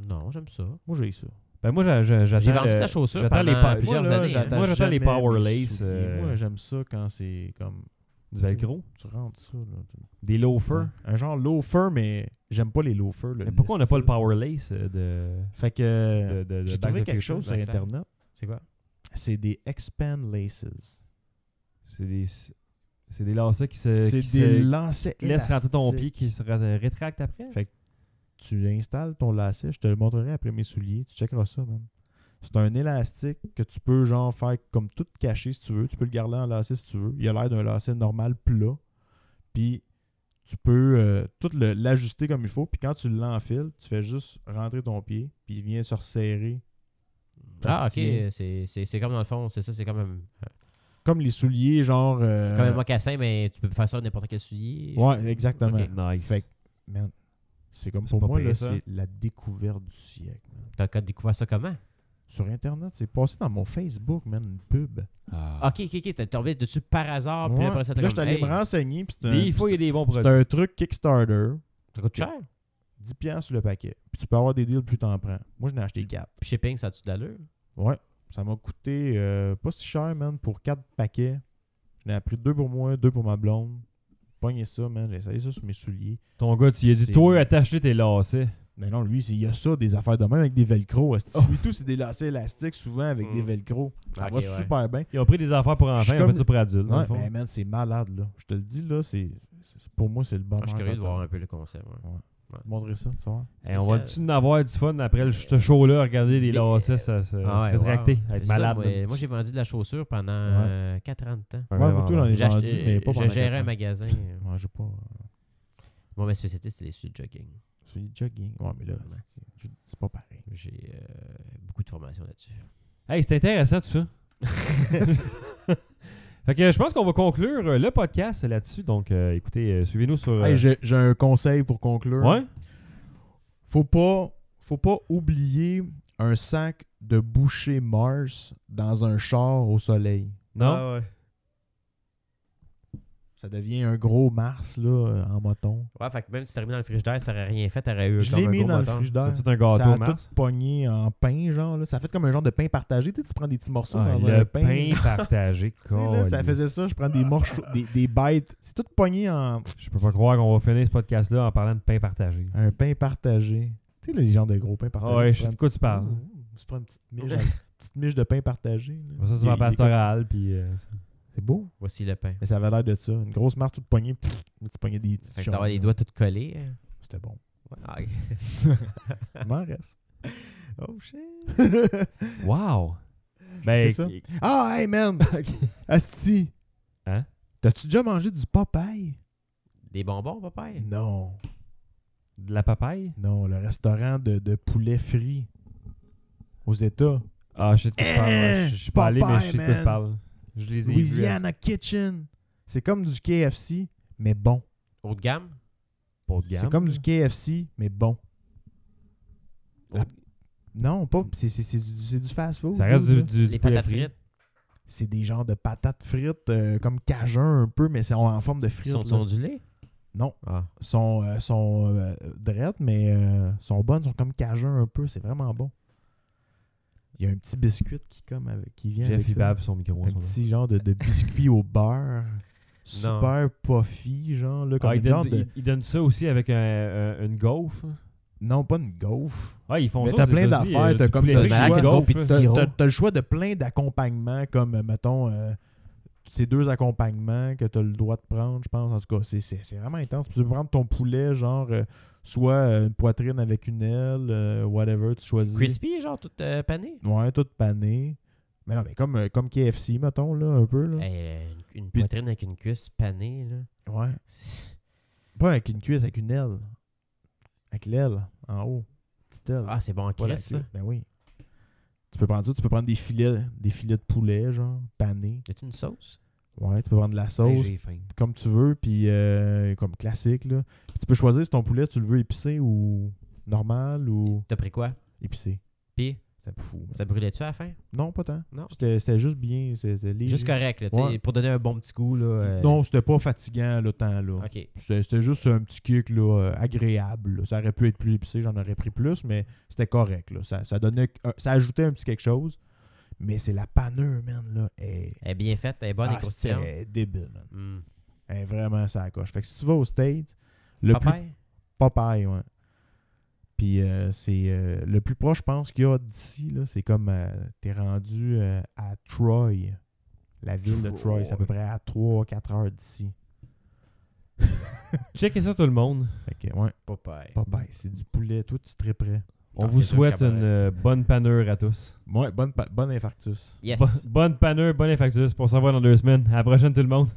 F: Non, j'aime ça.
C: Moi, j'ai ça.
E: Ben moi, j'a- j'a- j'attends.
F: J'ai vendu
E: le-
F: ta chaussure
E: j'attends les
F: pendant
E: pa-
F: plusieurs
E: moi, là,
F: années. hein.
E: j'attends- moi, les
C: jamais
E: Power
C: mes
E: Lace,
C: souliers.
E: euh,
C: Moi, j'aime ça quand c'est comme.
E: Du velcro?
C: Tu rentres ça, là. tu-
E: Des loafers?
C: Un genre loafer, mais j'aime pas les loafers. là,
E: Mais pourquoi on n'a
C: le
E: pas le Power Lace euh, de...
C: Fait que euh,
E: de- de- de
C: j'ai
E: Back
C: trouvé
E: to the
C: quelque
E: Future,
C: chose sur
E: Back to-
C: Internet.
F: C'est quoi?
C: C'est des expand laces.
E: C'est des... C'est des lacets qui se...
C: C'est
E: qui se-
C: des lancers
E: qui laissent rentrer ton pied,
C: élastiques.
E: qui se ra- rétracte après?
C: Fait- Tu installes ton lacet, je te le montrerai après mes souliers, tu checkeras ça, man. C'est un élastique que tu peux genre faire comme tout caché si tu veux. Tu peux le garder en lacet si tu veux. Il a l'air d'un lacet normal plat. Puis tu peux euh, tout le- l'ajuster comme il faut. Puis quand tu l'enfiles, tu fais juste rentrer ton pied. Puis il vient se resserrer.
F: Ah, ok.
C: Tiens.
F: C'est- C'est c'est comme dans le fond, c'est ça, c'est comme un,
C: Euh. Comme les souliers, genre. euh,
F: comme un mocassin, mais tu peux faire ça avec n'importe quel soulier.
C: Ouais, exactement.
F: Ok.
E: Nice.
C: Fait que, man, c'est comme
E: C'est
C: pour
E: pas
C: moi,
E: pire,
C: là,
E: ça.
C: c'est la découverte du siècle. man.
F: T'as t'as découvert ça comment?
C: Sur Internet, c'est passé dans mon Facebook, man, une pub.
E: Ah.
F: Ok, ok, ok. T'es tombé dessus par hasard. Ah, Puis
C: Ouais.
F: là, après ça,
C: Puis
F: t'as
C: là, je suis
F: comme,
C: allé
F: hey,
C: me renseigner, puis c'est
E: Des
C: un,
E: fois, il y a des bons
C: c'est
E: produits.
C: un truc Kickstarter,
F: Ça coûte cher.
C: 10 piastres sur le paquet. Puis tu peux avoir des deals plus t'en prends. Moi, je n'ai acheté 4.
F: Puis shipping, ça a-tu de l'allure?
C: Ouais, ça m'a coûté euh, pas si cher, man, pour 4 paquets. J'en ai pris 2 pour moi, 2 pour ma blonde. Pogné ça, man, j'ai essayé ça sur mes souliers.
E: Ton gars, tu lui as dit,
C: C'est-
E: toi, attache-les tes lacets.
C: Mais non, lui, c'est- il y a ça, des affaires de même avec des velcro. hostie. Lui, tout, c'est des lacets élastiques, souvent avec des
F: Oh. Mm.
C: velcro. Ça
F: Ok,
C: va
F: ouais.
C: super bien.
E: Ils ont pris des affaires pour
C: Je suis
E: enfants, ils ont
C: comme-
E: fait ça pour adultes, dans le
C: Ouais,
E: fond.
C: mais man, c'est malade, là. Je te le dis, là, c'est c'est- pour moi, c'est le bon
F: Ah, je suis curieux de voir un peu le concept. ouais.
C: Montrer ça, tu vois.
E: Hey, on va-tu
F: spécial.
E: en avoir du fun après le- ce show-là, regarder des
F: Des-
E: lacets, ça, ça,
C: Euh,
F: Ah ouais,
E: se rétracter,
F: wow.
E: être
F: Ça,
E: malade.
F: moi, moi, j'ai vendu de la chaussure pendant
C: Ouais.
F: 4 ans de temps.
E: Un
C: Ouais,
E: vrai
C: moi, tout, j'en ai
F: J'ai acheté-
C: vendu, mais pas
F: je
C: pendant
F: gérais
C: quatre
F: un
C: ans.
F: magasin.
C: Ouais, j'ai pas. euh,
F: Moi, ma spécialité, c'était les sujets de jogging.
C: C'est du jogging. Ouais, mais là,
F: Ouais.
C: c'est- c'est pas pareil.
F: J'ai euh, beaucoup de formations là-dessus.
E: Hey, c'est intéressant tout ça. fait que euh, je pense qu'on va conclure euh, le podcast là-dessus. Donc, euh, écoutez, euh, suivez-nous sur. euh,
C: Hey, j'ai j'ai un conseil pour conclure.
E: ouais?
C: Faut pas, faut pas oublier un sac de boucher Mars dans un char au soleil.
E: Non?
C: Ah, Ça devient un gros Mars, là, euh, en moton.
F: Ouais, fait que même si t'es remis dans le frigidaire, ça aurait rien fait, t'aurais
E: Euh,
F: eu
C: Je
F: comme
C: l'ai
F: un
C: mis
F: gros
C: dans le
F: moteur.
C: frigidaire.
E: C'est tout un
C: Ça
E: gâteau,
C: a
E: Mars.
C: tout pogné en pain, genre. Là. Ça a fait comme un genre de pain partagé. Tu sais, tu prends des petits morceaux
E: Ah,
C: dans
E: le
C: un
E: pain, partagé,
C: Tu sais, là, ça
E: câlisse.
C: faisait ça, je prends des morceaux, des, des bêtes. C'est tout pogné en
E: Je peux pas croire qu'on va finir ce podcast-là en parlant de pain partagé.
C: un pain partagé. Tu sais, les gens de gros pain partagé.
E: Ah ouais,
C: tu
E: je sais
C: prends
E: de
C: un
E: quoi
C: petit-
E: tu parles.
C: Ouh, ouh, tu prends une petite miche, une petite miche de pain partagé. là.
E: Ça, c'est
C: Il-
E: ma
C: il est
E: pastorale, puis. euh,
C: comme- C'est beau.
F: Voici le pain.
C: Mais ça avait l'air de ça. Une grosse marque toute poignée. Pff, tu pognais des petits
F: Fait que
C: chums,
F: t'aurais les
C: là.
F: doigts tout collés. hein.
C: C'était bon.
F: Ah, ok.
C: Il m'en reste.
F: oh shit.
E: Wow! Ben,
C: C'est ça. Ah, hey, man! Asti!
E: Hein?
C: T'as-tu déjà mangé du Popeye?
F: Des bonbons, papaye.
C: Mm. Non.
E: de la papaye?
C: Non, le restaurant de, de poulet frit aux États.
E: Ah, je sais de quoi tu parles. ouais. Je je suis pas allé, mais je sais de quoi tu
C: Popeye, man.
E: parles. Je les ai vus, hein.
C: Louisiana Kitchen. C'est comme du KFC, mais bon.
F: Haut de gamme.
E: Pas euh, de gamme.
C: C'est comme du KFC, mais bon. La- Non, pas. c'est- C'est c'est du, c'est du fast-food.
E: Oh. Ça reste
C: là.
E: du, du,
F: Les
E: du poulet
F: patates
E: frit.
F: frites.
C: C'est des genres de patates frites, euh, comme cajun un peu, mais c'est en en forme de frites.
F: Sont
C: là.
F: ondulés?
C: Non.
F: Ah.
C: sont, euh, sont euh, drettes, mais euh, sont bonnes, sont comme cajun un peu. C'est vraiment bon. Il y a un petit biscuit qui, comme avec- qui vient
E: Jeff,
C: avec
E: il
C: ça.
E: bave son micro.
C: Un
E: son-
C: petit genre de, de biscuit au beurre.
F: Non.
C: Super puffy, genre. Là, comme
E: Ah, il,
C: une genre
E: donne,
C: de...
E: il- il donne ça aussi avec un- un- une gaufre. hein.
C: Non, pas une gaufre.
E: Ah, ils font
C: Mais
E: ça.
C: t'as
E: aux
C: plein
E: États-Unis,
C: d'affaires,
E: euh,
C: t'as
E: du
C: comme
E: poulet
C: ça,
E: frit,
C: Mac,
E: une
C: gaufre,
E: gaufre,
F: puis du
E: là.
C: T'as
F: sirop.
C: euh, t'as- t'as le choix de plein d'accompagnements, comme, euh, mettons, euh, ces deux accompagnements que t'as le droit de prendre, je pense. En tout cas, c'est- c'est c'est vraiment intense. Tu peux prendre ton poulet, genre, euh, soit euh, une poitrine avec une aile, euh, whatever, tu choisis.
F: Crispy, genre tout euh, pané.
C: Ouais, tout pané. Mais non, mais comme, euh, comme KFC, mettons, là, un peu. Là.
F: Hey, euh, une- une
C: Mm. Puis-
F: poitrine avec une cuisse panée, là.
C: Ouais.
F: C'est-
C: Pas avec une cuisse, avec une aile. Avec l'aile, en haut. Petite aile.
F: Ah, c'est bon en
C: Pas la
F: crisse, ça.
C: queue. Ben oui. Tu peux prendre ça, tu peux prendre des filets, des filets de poulet, genre, panés.
F: Y a-tu une sauce?
C: Ouais, tu peux prendre de la
F: Ben,
E: Hey,
C: sauce
E: J'ai faim.
C: comme tu veux, puis euh, comme classique, là. Puis tu peux choisir si ton poulet, tu le veux épicé ou normal ou
F: T'as pris quoi?
C: épicé.
F: Puis,
C: C'était fou. man.
F: ça brûlait-tu à la fin?
C: Non, pas tant.
F: Non.
C: C'était c'était juste bien. C'était léger.
F: Juste correct, là, tu sais,
C: Ouais.
F: pour donner un bon petit coup. Là, euh,
C: Non, c'était pas fatigant le temps, là.
F: OK.
C: C'était c'était juste un petit kick là, euh, agréable. là. Ça aurait pu être plus épicé, j'en aurais pris plus, mais c'était correct. Là. Ça, ça donnait un- ça ajoutait un petit quelque chose. Mais c'est la panure, man, là. est-
F: Elle est bien faite, elle est bonne
C: Ah,
F: et croustillante.
C: c'est débile, man.
F: Hmm.
C: Elle est vraiment ça coche. Fait que si tu vas aux States, le plus
F: Popeye?
C: Popeye, ouais. Puis euh, c'est euh, le plus proche, je pense, qu'il y a d'ici, là, c'est comme euh, t'es rendu euh, à Troy. La ville de Troy, c'est à peu près à 3-4 heures d'ici.
E: Checkez ça, tout le monde.
C: Fait que, ouais,
F: Popeye.
C: Popeye, c'est du poulet, toi tu très près.
E: On
F: Non,
E: vous
F: c'est sûr,
E: souhaite
F: je
E: une
F: cabaret.
E: euh, bonne panure à tous.
C: Ouais, bonne, pa- bonne infarctus.
F: Yes.
E: Bo- bonne panure, bonne infactus. Pour se revoir dans deux semaines. À la prochaine, tout le monde.